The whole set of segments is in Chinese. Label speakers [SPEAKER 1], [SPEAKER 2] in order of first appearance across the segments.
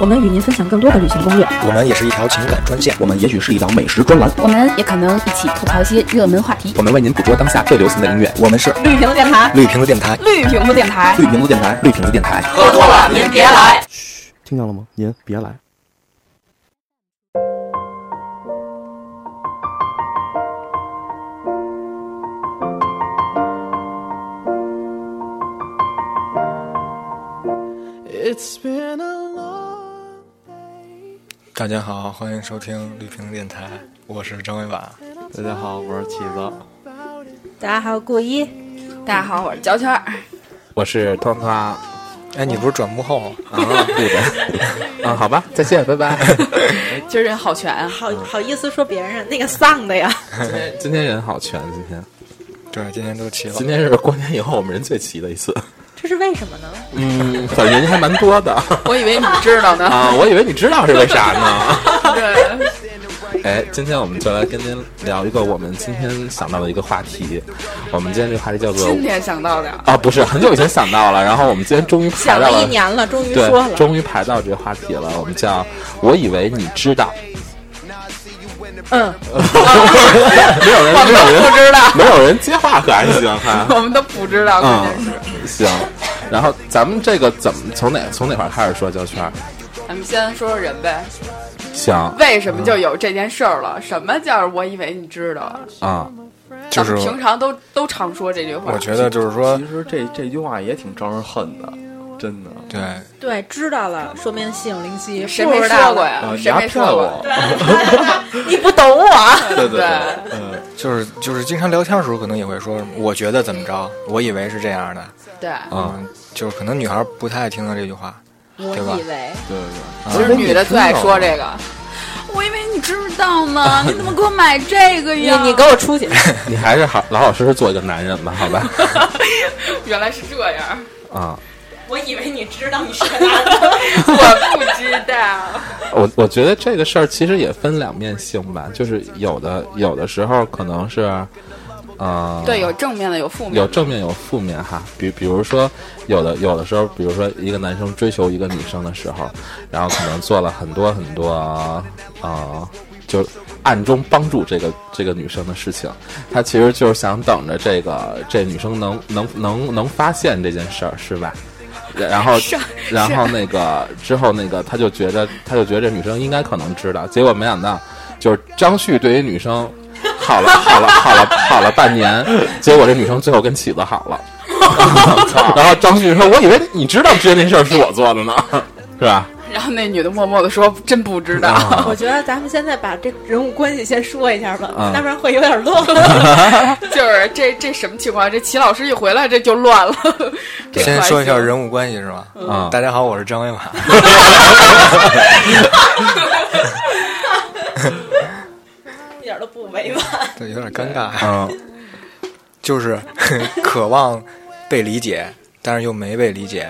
[SPEAKER 1] 我们与您分享更多的旅行攻略。
[SPEAKER 2] 我们也是一条情感专线，我们也许是一档美食专栏，
[SPEAKER 3] 我们也可能一起吐槽一些热门话题。
[SPEAKER 2] 我们为您捕捉当下最流行的音乐。我们是
[SPEAKER 3] 绿瓶子电台，
[SPEAKER 2] 绿瓶子电台，
[SPEAKER 3] 绿瓶子电台，
[SPEAKER 2] 绿瓶子电台，绿瓶子电台。
[SPEAKER 3] 喝多了您别来。
[SPEAKER 2] 嘘，听到了吗？您别来。
[SPEAKER 4] It's been a long day.
[SPEAKER 5] 大家好，欢迎收听绿屏电台，我是张伟婉。
[SPEAKER 6] 大家好，我是起子，
[SPEAKER 4] About it.
[SPEAKER 1] 大家好，顾一，
[SPEAKER 3] 大家好，我是焦圈儿。
[SPEAKER 6] 我是汤汤啊，
[SPEAKER 5] 哎，你不是转幕后吗？
[SPEAKER 6] 对的，啊，好吧，再见，拜拜。
[SPEAKER 3] 今儿人好全啊！
[SPEAKER 1] 好好意思说别人那个丧的呀？
[SPEAKER 6] 今天今天人好全，今天
[SPEAKER 5] 对，今天都齐了
[SPEAKER 6] 今。天是过年以后我们人最齐的一次，
[SPEAKER 1] 这是为什么呢？
[SPEAKER 6] 嗯，反正人还蛮多的
[SPEAKER 3] 我以为你知道呢。
[SPEAKER 6] 啊，我以为你知道是为啥呢？
[SPEAKER 3] 对，
[SPEAKER 6] 哎，今天我们就来跟您聊一个我们今天想到的一个话题，我们今天这个话题叫做
[SPEAKER 3] 今天想到的。
[SPEAKER 6] 啊，不是很久以前想到了，然后我们今天终于排
[SPEAKER 1] 想
[SPEAKER 6] 到
[SPEAKER 1] 了一年了，终于
[SPEAKER 6] 对
[SPEAKER 1] 说了，。
[SPEAKER 6] 终于排到这个话题了，我们叫我以为你知道。
[SPEAKER 1] 嗯，
[SPEAKER 6] 没 有人，没有人不知道，没有人接话可还行还。
[SPEAKER 3] 我们都不知道，关键是
[SPEAKER 6] 嗯，行。然后咱们这个怎么从哪从哪块儿开始说胶圈儿？
[SPEAKER 3] 咱们先说说人呗，
[SPEAKER 6] 行
[SPEAKER 3] 为什么就有这件事儿了？什么叫我以为你知道啊？
[SPEAKER 6] 啊，
[SPEAKER 5] 就是
[SPEAKER 3] 咱们平常都都常说这句话。
[SPEAKER 5] 我觉得就是说
[SPEAKER 7] 其，实这这句话也挺招人恨的，真的。
[SPEAKER 5] 对，
[SPEAKER 1] 对，知道了，说明心有灵犀。
[SPEAKER 3] 谁没说过？呀
[SPEAKER 7] 啊，？你
[SPEAKER 3] 谁
[SPEAKER 7] 还
[SPEAKER 3] 没
[SPEAKER 7] 骗
[SPEAKER 3] 说过呀？
[SPEAKER 7] 我？
[SPEAKER 1] 你不懂我。
[SPEAKER 7] 对对
[SPEAKER 3] 对
[SPEAKER 7] 对，嗯，
[SPEAKER 5] 就是就是经常聊天的时候，可能也会说，我觉得怎么着，我以为是这样的。
[SPEAKER 7] 啊
[SPEAKER 3] 对，
[SPEAKER 5] 嗯，就是可能女孩不太爱听到这句话。
[SPEAKER 1] 我
[SPEAKER 5] 对吧
[SPEAKER 1] 以为
[SPEAKER 7] 对对
[SPEAKER 3] 其实女的最爱说这个。我以为你知道呢，
[SPEAKER 8] 啊
[SPEAKER 3] 你怎么给我买这个
[SPEAKER 1] 你
[SPEAKER 3] 呀？
[SPEAKER 1] 你给我出去！
[SPEAKER 6] 你还是好老老实实做一个男人吧，好吧？
[SPEAKER 3] 原来是这样，
[SPEAKER 6] 啊，
[SPEAKER 1] 我以为你知道你是个男的。
[SPEAKER 3] 我不知道。
[SPEAKER 6] 我我觉得这个事儿其实也分两面性吧，就是有的有的时候可能是，呃，
[SPEAKER 3] 对，有正面的，有负面的。
[SPEAKER 6] 有正面有负面哈，比比如说，有的有的时候，比如说一个男生追求一个女生的时候，然后可能做了很多很多啊、呃就暗中帮助这个这个女生的事情，他其实就是想等着这个这女生能能能能发现这件事儿，是吧？然后，
[SPEAKER 3] 啊
[SPEAKER 6] 然后那个之后那个，他就觉得他就觉得这女生应该可能知道，结果没想到，就是张旭对于女生好了好了好了好了半年，结果这女生最后跟起子 好了。然后张旭说：“我以为你知道之前那事儿是我做的呢，是吧
[SPEAKER 3] 然后那女的默默的说：“真不知道。
[SPEAKER 5] 啊
[SPEAKER 1] 我觉得咱们现在把这人物关系先说一下吧，
[SPEAKER 6] 嗯
[SPEAKER 1] 要不然会有点乱。
[SPEAKER 3] 就是这这什么情况？这齐老师一回来，这就乱了。这
[SPEAKER 5] 先
[SPEAKER 3] 关系
[SPEAKER 5] 说一下人物关系是吧？嗯大家好，我是张伟 婉。
[SPEAKER 1] 一点都不委婉。
[SPEAKER 5] 对，有点尴尬？”。啊
[SPEAKER 6] 嗯，
[SPEAKER 5] 就是 渴望被理解，但是又没被理解。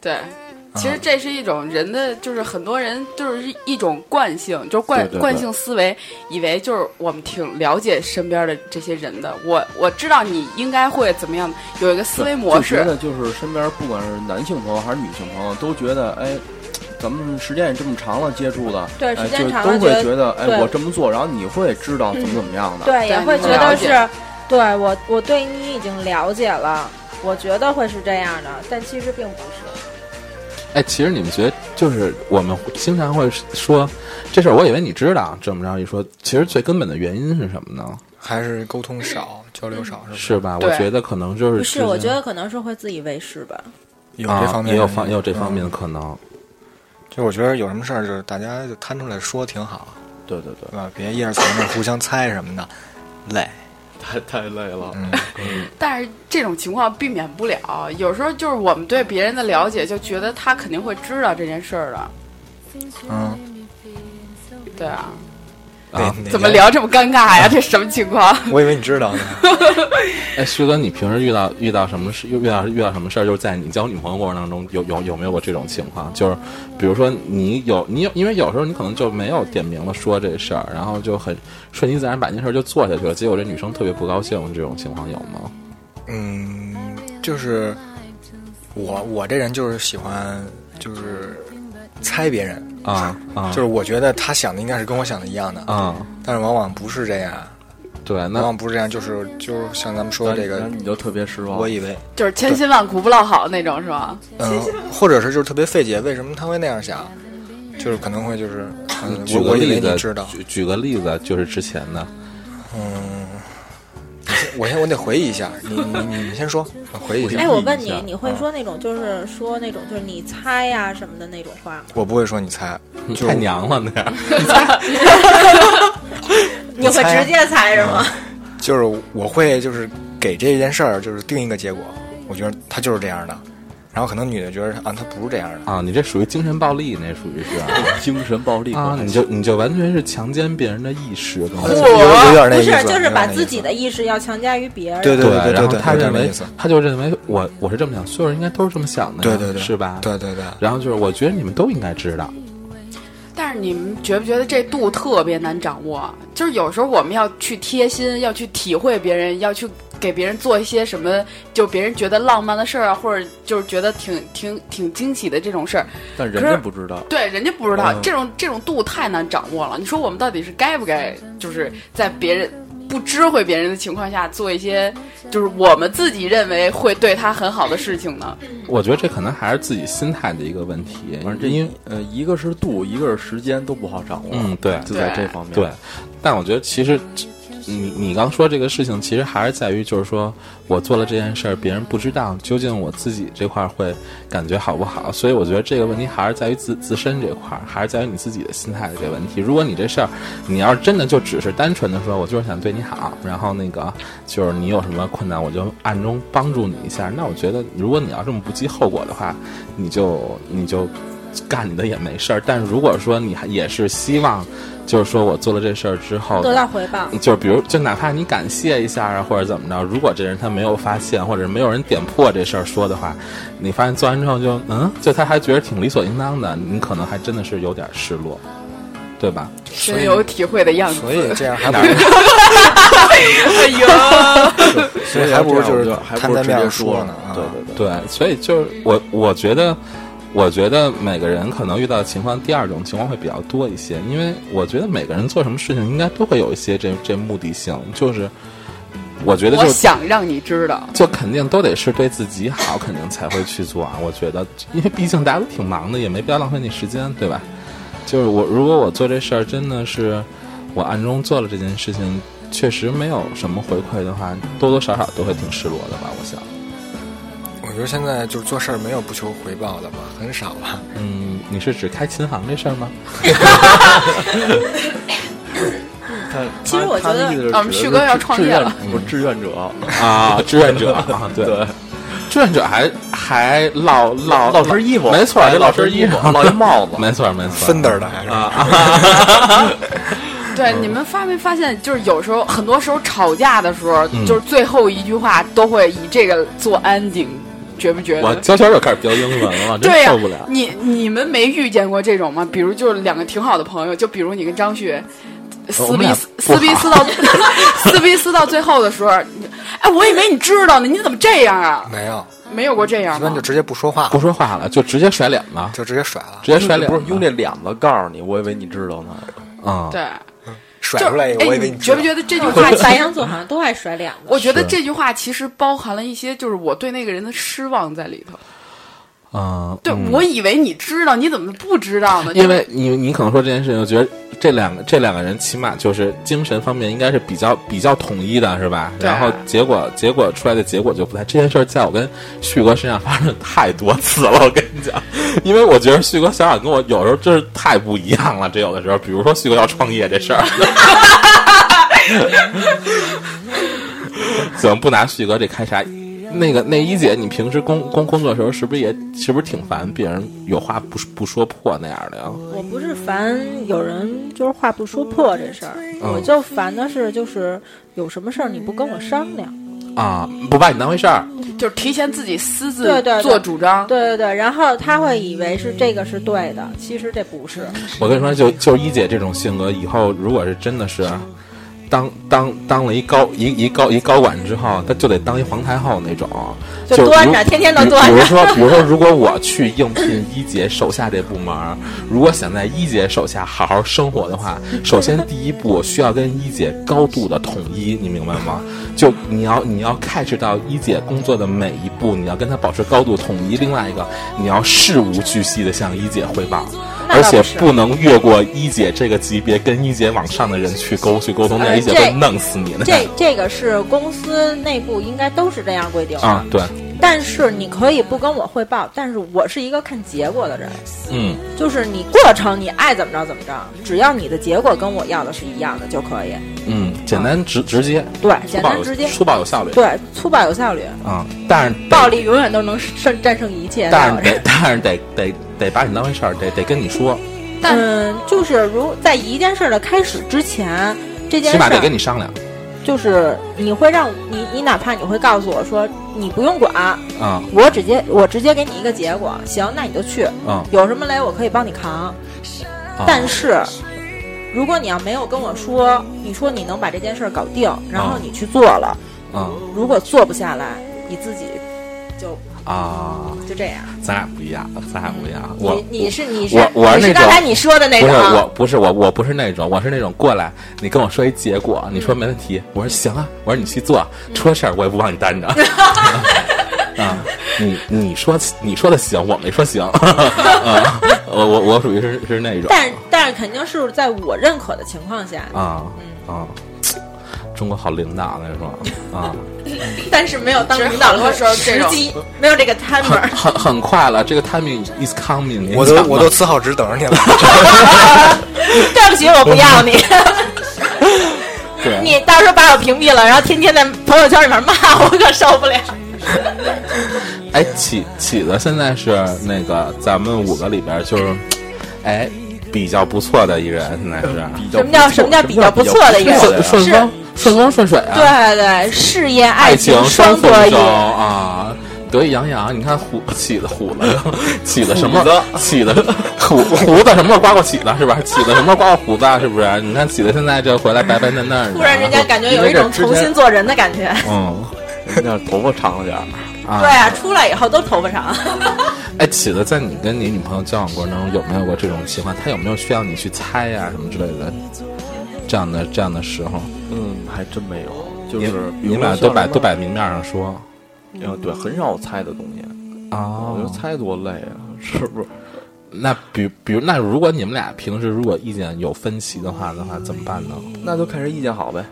[SPEAKER 3] 对。
[SPEAKER 5] 啊
[SPEAKER 3] 其实这是一种人的，就是很多人就是一种惯性，就是惯
[SPEAKER 6] 对对对
[SPEAKER 3] 惯性思维，以为就是我们挺了解身边的这些人的，我我知道你应该会怎么样，有一个思维模
[SPEAKER 7] 就觉
[SPEAKER 3] 式。
[SPEAKER 7] 得就是身边不管是男性朋友还是女性朋友，都觉得哎，咱们时间也这么长了接触的，
[SPEAKER 8] 对
[SPEAKER 7] 哎
[SPEAKER 8] 时间
[SPEAKER 7] 就
[SPEAKER 8] 长
[SPEAKER 7] 都
[SPEAKER 8] 了
[SPEAKER 7] 会
[SPEAKER 8] 觉得
[SPEAKER 7] 觉得哎，
[SPEAKER 8] 对嗯
[SPEAKER 7] 我这么做，然后你会知道怎么怎么样的。
[SPEAKER 8] 对，也
[SPEAKER 3] 对
[SPEAKER 8] 会
[SPEAKER 3] 你
[SPEAKER 8] 觉
[SPEAKER 3] 了
[SPEAKER 8] 得
[SPEAKER 3] 解
[SPEAKER 8] 是，对我我对你已经了解了，我觉得会是这样的，但其实并不是。
[SPEAKER 6] 哎，其实你们觉得，就是我们经常会说这事儿，我以为你知道，这么着一说，其实最根本的原因是什么呢？
[SPEAKER 5] 还是沟通少，交流少，是
[SPEAKER 6] 是
[SPEAKER 5] 不是？
[SPEAKER 6] 吧？
[SPEAKER 3] 对
[SPEAKER 6] 我觉得可能就是
[SPEAKER 8] 不
[SPEAKER 6] 之
[SPEAKER 8] 是，
[SPEAKER 6] 间
[SPEAKER 8] 我觉得可能是会自以为是吧。
[SPEAKER 5] 有
[SPEAKER 6] 啊
[SPEAKER 5] 这方面，
[SPEAKER 6] 也有方也有这方
[SPEAKER 5] 嗯
[SPEAKER 6] 面的可能。
[SPEAKER 5] 就我觉得有什么事儿，就是大家就摊出来说挺好，
[SPEAKER 7] 对对对
[SPEAKER 5] 对吧？别掖着嘴那互相猜什么的，累。
[SPEAKER 7] 太太累了。
[SPEAKER 3] 但是这种情况避免不了，有时候就是我们对别人的了解，就觉得他肯定会知道这件事儿的。
[SPEAKER 5] 嗯，
[SPEAKER 3] 对啊，
[SPEAKER 6] 啊
[SPEAKER 5] 哪
[SPEAKER 3] 怎么？聊这么尴尬呀？这什么情况？
[SPEAKER 5] 哪我以为你知道呢。
[SPEAKER 6] 哎，旭哥，你平时遇到遇到什么事，遇到遇到什么事儿，就是在你交女朋友过程当中，有有有没有过这种情况？就是比如说你有你有，因为有时候你可能就没有点明了说这事儿，然后就很顺其自然把这事儿就做下去了，结果这女生特别不高兴，这种情况有吗？
[SPEAKER 5] 嗯，就是我我这人就是喜欢就是猜别人，
[SPEAKER 6] 啊 啊，
[SPEAKER 5] 就是我觉得他想的应该是跟我想的一样的，
[SPEAKER 6] 啊，
[SPEAKER 5] 但是往往不是这样，
[SPEAKER 6] 对，
[SPEAKER 5] 往
[SPEAKER 6] 那
[SPEAKER 5] 往不是这样，就是就是像咱们说的这
[SPEAKER 7] 然
[SPEAKER 5] 个
[SPEAKER 7] 后，你就特别失望。
[SPEAKER 5] 我以为，
[SPEAKER 3] 就是千辛万苦不落好那种是吧？
[SPEAKER 5] 嗯，或者是就是特别费解，为什么他会那样想，就是可能会就是，嗯，
[SPEAKER 6] 举
[SPEAKER 5] 我
[SPEAKER 6] 个
[SPEAKER 5] 我以
[SPEAKER 6] 例
[SPEAKER 5] 为
[SPEAKER 6] 子
[SPEAKER 5] 你知道，，
[SPEAKER 6] 举举个例子，就是之前的，
[SPEAKER 5] 我先我得回忆一下，你你你你先说，我回忆一下
[SPEAKER 8] 哎，，我问你
[SPEAKER 6] 一下，
[SPEAKER 8] 你会说那种就是说那种就是你猜呀、什么的那种话吗？
[SPEAKER 5] 我不会说你猜，就是
[SPEAKER 6] 太娘了那样，
[SPEAKER 8] 你会
[SPEAKER 5] 啊
[SPEAKER 8] 直接猜是
[SPEAKER 5] 嗯
[SPEAKER 8] 吗？
[SPEAKER 5] 就是我会就是给这件事儿就是定一个结果，我觉得他就是这样的，然后可能女的觉得啊他不是这样的，
[SPEAKER 6] 啊，你这属于精神暴力，那属于 是啊
[SPEAKER 7] 精神暴力
[SPEAKER 6] 啊，你就你就完全是强奸别人的意识，跟我
[SPEAKER 5] 有有点那
[SPEAKER 8] 不
[SPEAKER 5] 意
[SPEAKER 8] 是
[SPEAKER 5] 思，，
[SPEAKER 8] 就是把自己
[SPEAKER 5] 的
[SPEAKER 8] 的意识要强加于别人。
[SPEAKER 5] 对对对
[SPEAKER 6] 然后
[SPEAKER 5] 对，
[SPEAKER 6] 他
[SPEAKER 5] 有
[SPEAKER 6] 认
[SPEAKER 5] 点那
[SPEAKER 6] 为
[SPEAKER 5] 意思，
[SPEAKER 6] 他就认为我我是这么想，所有人应该都是这么想的呀，
[SPEAKER 5] 对对对，
[SPEAKER 6] 是吧？。
[SPEAKER 5] 对对对，
[SPEAKER 6] 然后就是我觉得你们都应该知道，
[SPEAKER 3] 但是你们觉不觉得这度特别难掌握？就是有时候我们要去贴心，要去体会别人，要去给别人做一些什么，就别人觉得浪漫的事儿啊，或者就是觉得挺 挺挺惊喜的这种事儿。
[SPEAKER 7] 但人家不知道。
[SPEAKER 3] 对，人家不知道、
[SPEAKER 7] 嗯
[SPEAKER 3] 这种这种度太难掌握了。你说我们到底是该不该，就是在别人不知会别人的情况下做一些，就是我们自己认为会对他很好的事情呢？
[SPEAKER 6] 我觉得这可能还是自己心态的一个问题，
[SPEAKER 7] 反正这
[SPEAKER 6] 因为
[SPEAKER 7] 一呃，一个是度，一个是时间，都不好掌握。
[SPEAKER 6] 嗯对
[SPEAKER 7] 就在
[SPEAKER 3] 对
[SPEAKER 7] 这方面。
[SPEAKER 6] 对，但我觉得其实你你刚说这个事情，其实还是在于就是说我做了这件事儿，别人不知道，究竟我自己这块儿会感觉好不好？所以我觉得这个问题还是在于自自身这块儿，还是在于你自己的心态的这个问题。如果你这事儿，你要是真的就只是单纯的说，我就是想对你好，然后那个就是你有什么困难，我就暗中帮助你一下，那我觉得如果你要这么不计后果的话，你就你就。干你的也没事儿，但如果说你还也是希望，就是说我做了这事儿之后
[SPEAKER 8] 得到回报，
[SPEAKER 5] 嗯
[SPEAKER 6] 就是比如，就哪怕你感谢一下啊，或者怎么着，如果这人他没有发现，或者没有人点破这事儿说的话，你发现做完之后就嗯，就他还觉得挺理所应当的，你可能还真的是有点失落，对吧？
[SPEAKER 3] 真有体会的样子。
[SPEAKER 5] 所以这样还不
[SPEAKER 3] 哎呦，
[SPEAKER 5] 所以还不如
[SPEAKER 7] 这样
[SPEAKER 5] 就
[SPEAKER 7] 我
[SPEAKER 5] 是
[SPEAKER 7] 还
[SPEAKER 5] 摊
[SPEAKER 7] 不如
[SPEAKER 5] 在
[SPEAKER 7] 直
[SPEAKER 5] 面
[SPEAKER 7] 接
[SPEAKER 5] 上说
[SPEAKER 7] 说
[SPEAKER 5] 呢啊
[SPEAKER 7] 对对对。
[SPEAKER 6] 对，所以就是我我觉得，我觉得每个人可能遇到的情况，第二种情况会比较多一些，因为我觉得每个人做什么事情应该都会有一些这这目的性，就是我觉得就
[SPEAKER 3] 我
[SPEAKER 6] 是
[SPEAKER 3] 想让你知道，
[SPEAKER 6] 就肯定都得是对自己好，肯定才会去做啊。我觉得，因为毕竟大家都挺忙的，也没必要浪费你时间，对吧？就是我，如果我做这事儿真的是我暗中做了这件事情，确实没有什么回馈的话，多多少少都会挺失落的吧。我想，
[SPEAKER 5] 我觉得现在就是做事儿没有不求回报的吧，很少吧。
[SPEAKER 6] 嗯，你是指开琴行这事儿吗？
[SPEAKER 7] 他
[SPEAKER 8] 其实我觉得嗯
[SPEAKER 3] 啊旭哥要创业了，
[SPEAKER 7] 不是志愿者，
[SPEAKER 6] 啊，志愿者啊，对，志愿者还还落落
[SPEAKER 7] 落身衣服
[SPEAKER 6] 没错，
[SPEAKER 7] 还
[SPEAKER 6] 就
[SPEAKER 7] 落
[SPEAKER 6] 身
[SPEAKER 7] 身衣服
[SPEAKER 6] 服，
[SPEAKER 7] 落一帽子
[SPEAKER 6] 没错没错，
[SPEAKER 5] 分得的还是
[SPEAKER 6] 啊，
[SPEAKER 3] 对，你们发没发现，就是有时候，很多时候吵架的时候，
[SPEAKER 6] 嗯
[SPEAKER 3] 就是最后一句话都会以这个做 ending，觉不觉
[SPEAKER 6] 我
[SPEAKER 3] 得？
[SPEAKER 6] 悄悄就开始飙英文了，真
[SPEAKER 3] 对呀、
[SPEAKER 6] 受不了。
[SPEAKER 3] 你你们没遇见过这种吗？比如就是两个挺好的朋友，就比如你跟张旭
[SPEAKER 6] 我
[SPEAKER 3] 撕
[SPEAKER 6] 们
[SPEAKER 3] 逼
[SPEAKER 6] 俩
[SPEAKER 3] 撕
[SPEAKER 6] 不
[SPEAKER 3] 撕逼撕到 撕逼撕到最后的时候，你哎，我以为你知道呢，你怎么这样啊？
[SPEAKER 5] 没有，
[SPEAKER 3] 没有过这样
[SPEAKER 5] 一般
[SPEAKER 3] 吗
[SPEAKER 5] 就？直接不说话
[SPEAKER 6] 不
[SPEAKER 5] 了，
[SPEAKER 6] 说话了，就直接甩脸了，
[SPEAKER 5] 就直接甩了，
[SPEAKER 6] 直接甩脸
[SPEAKER 7] 不
[SPEAKER 6] 了，
[SPEAKER 7] 是用这脸子告诉你，我以为你知道呢。
[SPEAKER 6] 啊，
[SPEAKER 3] 对，
[SPEAKER 5] 甩
[SPEAKER 3] 就
[SPEAKER 5] 出来一
[SPEAKER 3] 哎
[SPEAKER 5] 个，我以为
[SPEAKER 3] 你
[SPEAKER 5] 知
[SPEAKER 3] 觉
[SPEAKER 5] 道
[SPEAKER 3] 不觉得这句
[SPEAKER 8] 我
[SPEAKER 3] 话
[SPEAKER 8] 看
[SPEAKER 3] 其
[SPEAKER 8] 白
[SPEAKER 3] 实？
[SPEAKER 8] 羊座好像都爱甩脸子。
[SPEAKER 3] 我觉得
[SPEAKER 6] 是
[SPEAKER 3] 这句话其实包含了一些，就是我对那个人的失望在里头。
[SPEAKER 6] 嗯，
[SPEAKER 3] 对，
[SPEAKER 6] 嗯
[SPEAKER 3] 我以为你知道，你怎么不知道呢？
[SPEAKER 6] 因为你你可能说这件事情，我觉得这两个这两个人起码就是精神方面应该是比较比较统一的，是吧？
[SPEAKER 3] 对
[SPEAKER 6] 然后结果结果出来的结果就不太。这件事儿在我跟旭哥身上发生太多次了，我跟你讲， 因为我觉得旭哥想法跟我有时候真是太不一样了。这有的时候，比如说旭哥要创业这事儿。 怎么不拿旭哥这开啥？那个那一姐，你平时工工工作的时候，是不是也是不是挺烦别人有话不不说破那样的呀？
[SPEAKER 8] 我不是烦有人就是话不说破这事儿，
[SPEAKER 6] 嗯
[SPEAKER 8] 我就烦的是就是有什么事儿你不跟我商量。
[SPEAKER 6] 啊，不把你当回事儿，
[SPEAKER 3] 就是提前自己私自
[SPEAKER 8] 对对对
[SPEAKER 3] 做主张，
[SPEAKER 8] 对对对，然后他会以为是这个是对的，其实这不是。
[SPEAKER 6] 我跟你说，就就一姐这种性格，以后如果是真的是当当当了一高一一高一高管之后，他就得当一皇太后那种，
[SPEAKER 1] 就
[SPEAKER 6] 如
[SPEAKER 1] 端着天天都端着
[SPEAKER 6] 比如说，比如说，如果我去应聘一姐手下这部门儿，如果想在一姐手下好好生活的话，首先第一步需要跟一姐高度的统一，你明白吗？就你要你要 catch 到一姐工作的每一步，你要跟她保持高度统一。另外一个，你要事无巨细的向一姐汇报，
[SPEAKER 8] 那
[SPEAKER 6] 而
[SPEAKER 8] 倒
[SPEAKER 6] 且
[SPEAKER 8] 不是
[SPEAKER 6] 不能越过一姐这个级别跟一姐往上的人去沟去沟通，那
[SPEAKER 8] 呃
[SPEAKER 6] 一姐
[SPEAKER 8] 这
[SPEAKER 6] 会弄死你的。
[SPEAKER 8] 这这个是公司内部应该都是这样规定 的
[SPEAKER 6] 啊，对，
[SPEAKER 8] 但是你可以不跟我汇报，但是我是一个看结果的人，
[SPEAKER 6] 嗯。
[SPEAKER 8] 就是你过程你爱怎么着怎么着，只要你的结果跟我要的是一样的就可以。
[SPEAKER 6] 嗯，简单直直接，
[SPEAKER 8] 对，
[SPEAKER 6] 粗
[SPEAKER 8] 简
[SPEAKER 6] 暴
[SPEAKER 8] 单
[SPEAKER 6] 有
[SPEAKER 8] 直接，
[SPEAKER 6] 粗暴有效率。
[SPEAKER 8] 对，粗暴有效率，
[SPEAKER 6] 啊、但是得
[SPEAKER 1] 暴力永远都能胜战胜一切。
[SPEAKER 6] 但是得， 但是得得得把你当回事儿，得得跟你说，
[SPEAKER 1] 但
[SPEAKER 8] 嗯，就是如在一件事儿的开始之前，这件
[SPEAKER 6] 起
[SPEAKER 8] 事
[SPEAKER 6] 码得跟
[SPEAKER 8] 儿
[SPEAKER 6] 你商量。
[SPEAKER 8] 就是你会让你你哪怕你会告诉我说你不用管，
[SPEAKER 6] 啊
[SPEAKER 8] 我直接我直接给你一个结果，行，那你就去，
[SPEAKER 6] 嗯
[SPEAKER 8] 有什么雷我可以帮你扛，
[SPEAKER 6] 啊
[SPEAKER 8] 但是。如果你要没有跟我说，你说你能把这件事儿搞定，然后
[SPEAKER 6] 啊
[SPEAKER 8] 你去做了，
[SPEAKER 6] 啊
[SPEAKER 8] 如果做不下来，你自己就
[SPEAKER 6] 啊！
[SPEAKER 8] 就这样。
[SPEAKER 6] 咱俩不一样，咱俩不一样。我
[SPEAKER 8] 你你是你是
[SPEAKER 6] 我我
[SPEAKER 8] 你
[SPEAKER 6] 是那
[SPEAKER 8] 是
[SPEAKER 6] 种
[SPEAKER 8] 刚才你说的那
[SPEAKER 6] 不
[SPEAKER 8] 种
[SPEAKER 6] 是
[SPEAKER 8] 啊，
[SPEAKER 6] 我不是我我不是那种，我是那种过来，你跟我说一结果，你说
[SPEAKER 8] 嗯
[SPEAKER 6] 没问题，我说行啊，我说你去做，出了事儿我也不帮你担 着。啊，你你说你说的行，我没说行。 啊，我我我属于是是那种。
[SPEAKER 8] 但是但是肯定是在我认可的情况下，
[SPEAKER 6] 啊
[SPEAKER 8] 嗯
[SPEAKER 6] 啊！中国好领导啊，那时候 啊，
[SPEAKER 1] 但是没有当领导
[SPEAKER 3] 很多
[SPEAKER 1] 的
[SPEAKER 3] 时候这
[SPEAKER 1] 时
[SPEAKER 3] 种
[SPEAKER 1] 机，没有这个 timer。
[SPEAKER 6] 很很快了，这个 timing is coming。
[SPEAKER 5] 我都我都撕好纸等着 你了。
[SPEAKER 1] 对不起，我不要你，
[SPEAKER 6] 对
[SPEAKER 1] 你到时候把我屏蔽了，然后天天在朋友圈里面骂我，可受不了。
[SPEAKER 6] 哎，起起子现在是那个咱们五个里边就是，哎，比较不错的一人，现在
[SPEAKER 1] 嗯
[SPEAKER 6] 是
[SPEAKER 8] 什么叫什么叫比较不错的一个
[SPEAKER 6] 顺顺
[SPEAKER 8] 人？
[SPEAKER 6] 风顺风顺水啊，，
[SPEAKER 8] 对对，事业
[SPEAKER 6] 爱
[SPEAKER 8] 爱
[SPEAKER 6] 情
[SPEAKER 8] 双
[SPEAKER 6] 丰
[SPEAKER 8] 得意
[SPEAKER 6] 收，啊。得意洋洋，你看虎起子虎子，起子什么起子虎胡子什么时候刮过起子是吧？起子什么时候刮过胡子啊是不是？你看起子现在这回来白白嫩嫩的，
[SPEAKER 1] 突然人家感觉有一种重新做人的感觉。
[SPEAKER 6] 嗯，
[SPEAKER 7] 那头发长了点儿，
[SPEAKER 6] 啊，
[SPEAKER 1] 对啊，出来以后都头发长。
[SPEAKER 6] 哎，起子，在你跟你女朋友交往过程中，有没有过这种情况？她有没有需要你去猜呀、什么之类的？这样的这样的时候，
[SPEAKER 7] 嗯，还真没有，就
[SPEAKER 6] 你
[SPEAKER 7] 是比
[SPEAKER 6] 你
[SPEAKER 7] 如
[SPEAKER 6] 们俩
[SPEAKER 7] 说
[SPEAKER 6] 都摆
[SPEAKER 7] 像
[SPEAKER 6] 都摆明面上说
[SPEAKER 7] 什么，呃，对，很少猜的东西，我觉得
[SPEAKER 6] 哦
[SPEAKER 7] 猜多累啊，是不是？
[SPEAKER 6] 那比比如那如果你们俩平时如果意见有分歧的话的话，怎么办呢？
[SPEAKER 7] 那就看谁意见好呗，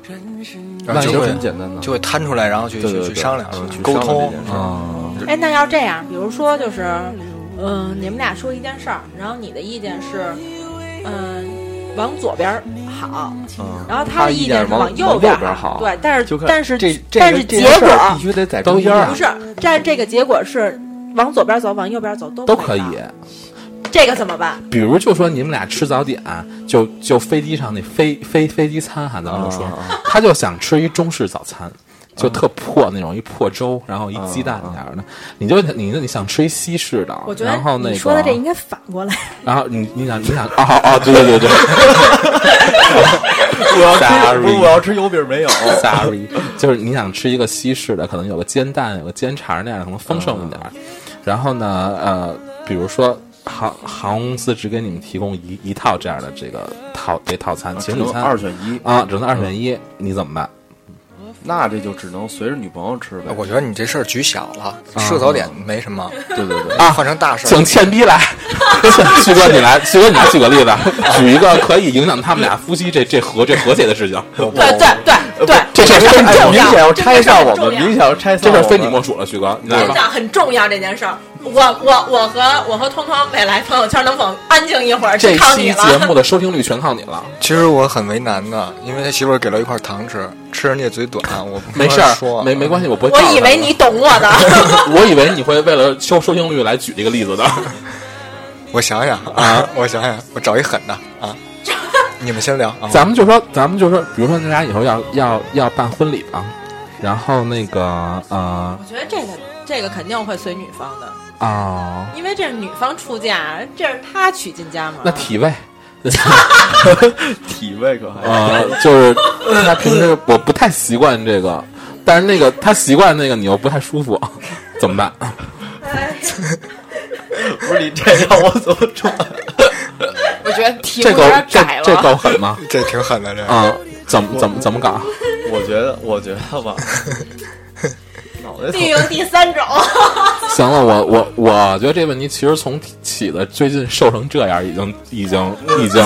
[SPEAKER 5] 然后
[SPEAKER 7] 其
[SPEAKER 5] 就
[SPEAKER 7] 实
[SPEAKER 5] 会
[SPEAKER 7] 很简单的，
[SPEAKER 5] 就会摊出来，然后去
[SPEAKER 7] 对对
[SPEAKER 5] 去去
[SPEAKER 7] 对
[SPEAKER 5] 商量
[SPEAKER 7] 嗯、去
[SPEAKER 5] 沟
[SPEAKER 7] 商量这
[SPEAKER 5] 通
[SPEAKER 7] 件。事
[SPEAKER 6] 啊、
[SPEAKER 8] 哎，那要这样，比如说就是，嗯、你们俩说一件事儿，然后你的意见是，嗯、往左边儿好，
[SPEAKER 7] 嗯，
[SPEAKER 8] 然后
[SPEAKER 7] 他
[SPEAKER 8] 的
[SPEAKER 7] 意
[SPEAKER 8] 意
[SPEAKER 7] 见
[SPEAKER 8] 见
[SPEAKER 7] 是
[SPEAKER 8] 是
[SPEAKER 7] 往
[SPEAKER 8] 右
[SPEAKER 7] 往右边
[SPEAKER 8] 边
[SPEAKER 7] 儿
[SPEAKER 8] 儿
[SPEAKER 7] 好
[SPEAKER 8] 对，但是
[SPEAKER 7] 就看
[SPEAKER 8] 但是
[SPEAKER 7] 这这
[SPEAKER 8] 但
[SPEAKER 7] 个
[SPEAKER 8] 是
[SPEAKER 7] 这
[SPEAKER 8] 结
[SPEAKER 7] 个事
[SPEAKER 8] 果
[SPEAKER 7] 儿必须得在中
[SPEAKER 6] 嗯
[SPEAKER 7] 间儿
[SPEAKER 8] 不是，但是这个结果是往左边走，往右边走都
[SPEAKER 6] 都
[SPEAKER 8] 可
[SPEAKER 6] 可以。嗯
[SPEAKER 8] 这个怎么办？
[SPEAKER 6] 比如就说你们俩吃早点，就就飞机上那飞飞飞机餐哈，咱们就
[SPEAKER 7] 嗯
[SPEAKER 6] 说，他就想吃一中式早餐，就特破那种一破粥，然后一鸡蛋那
[SPEAKER 7] 嗯
[SPEAKER 6] 样的，你就你你想吃一西式的，
[SPEAKER 8] 我觉
[SPEAKER 6] 然后
[SPEAKER 8] 得
[SPEAKER 6] 那
[SPEAKER 8] 你
[SPEAKER 6] 个，
[SPEAKER 8] 说的这应该反过来，
[SPEAKER 6] 然后你你想你想哦哦对对对 对
[SPEAKER 7] 我要吃，
[SPEAKER 6] Sorry
[SPEAKER 7] 不是我要吃油饼没有，
[SPEAKER 6] ，sorry，就是 你想吃一个西式的，可能有个煎蛋，有个煎肠那样的，可能丰盛一点儿，然后呢呃，比如说。航航空公司只给你们提供一一套这样的这个套这套餐，情
[SPEAKER 7] 啊只
[SPEAKER 6] 侣
[SPEAKER 7] 能
[SPEAKER 6] 餐
[SPEAKER 7] 二选一，嗯
[SPEAKER 6] 啊，只能二选一，你怎么办？
[SPEAKER 7] 那这就只能随着女朋友吃呗。
[SPEAKER 5] 呃啊我觉得你这事儿举小了，
[SPEAKER 7] 啊
[SPEAKER 5] 吃早点没什么，
[SPEAKER 7] 对对对，
[SPEAKER 5] 啊，换成大事
[SPEAKER 6] 请
[SPEAKER 5] 儿。
[SPEAKER 6] 倩逼 来， 旭哥你来，旭哥你来举个例子，举一个可以影响他们俩夫妻这这和这和谐的事 情。
[SPEAKER 1] 对对对对，
[SPEAKER 6] 嗯呃这事儿非
[SPEAKER 7] 哎
[SPEAKER 6] 你
[SPEAKER 7] 我
[SPEAKER 6] 莫
[SPEAKER 7] 明
[SPEAKER 6] 属，
[SPEAKER 7] 显要拆散我
[SPEAKER 1] 这个
[SPEAKER 7] 们，
[SPEAKER 1] 事儿很重要
[SPEAKER 7] 明显要拆散
[SPEAKER 6] 这
[SPEAKER 7] 我
[SPEAKER 6] 事
[SPEAKER 7] 们，
[SPEAKER 6] 儿非你莫属了，旭哥，你来
[SPEAKER 1] 真的
[SPEAKER 6] 吧。
[SPEAKER 1] 很重要这件事儿。我我我和我和彤彤未来朋友圈能否安静一会儿，
[SPEAKER 6] 这
[SPEAKER 1] 是靠你
[SPEAKER 6] 期节
[SPEAKER 1] 了。
[SPEAKER 6] 目的收听率全靠你了，
[SPEAKER 5] 其实我很为难的，因为他媳妇儿给了一块糖吃，吃人家嘴短，我不
[SPEAKER 6] 没事
[SPEAKER 5] 法
[SPEAKER 6] 儿
[SPEAKER 5] 说，
[SPEAKER 6] 没没关系，我不会。
[SPEAKER 1] 我以为你，懂我 的，
[SPEAKER 6] 我以为你会为了收收听率来举这个例子的。
[SPEAKER 5] 我想想啊，我想想，我找一狠的啊。 你们先聊啊，
[SPEAKER 6] 咱们就说，咱们就说，比如说你俩以后要要要办婚礼吧，然后那个呃
[SPEAKER 1] 我觉得这个这个肯定会随女方的，
[SPEAKER 6] 啊，
[SPEAKER 1] 因为这是女方出嫁，这是她娶进家门。
[SPEAKER 6] 那体位，
[SPEAKER 7] 体位可还
[SPEAKER 6] 啊， 就是他平时我不太习惯这个，但是那个他习惯那个你又不太舒服，怎么办？
[SPEAKER 7] 不是你这让我怎么转？
[SPEAKER 3] 我觉得题
[SPEAKER 6] 这
[SPEAKER 3] 目有
[SPEAKER 6] 够
[SPEAKER 3] 点
[SPEAKER 6] 这
[SPEAKER 3] 窄了。
[SPEAKER 6] 这够狠吗？
[SPEAKER 5] 这挺狠的，这
[SPEAKER 6] 啊，怎么怎么怎么搞？
[SPEAKER 7] 我觉得，我觉得 吧，脑袋
[SPEAKER 8] 利用第三种，
[SPEAKER 6] 行了，我我我觉得这问题其实从起的最近瘦成这样，已经已经已经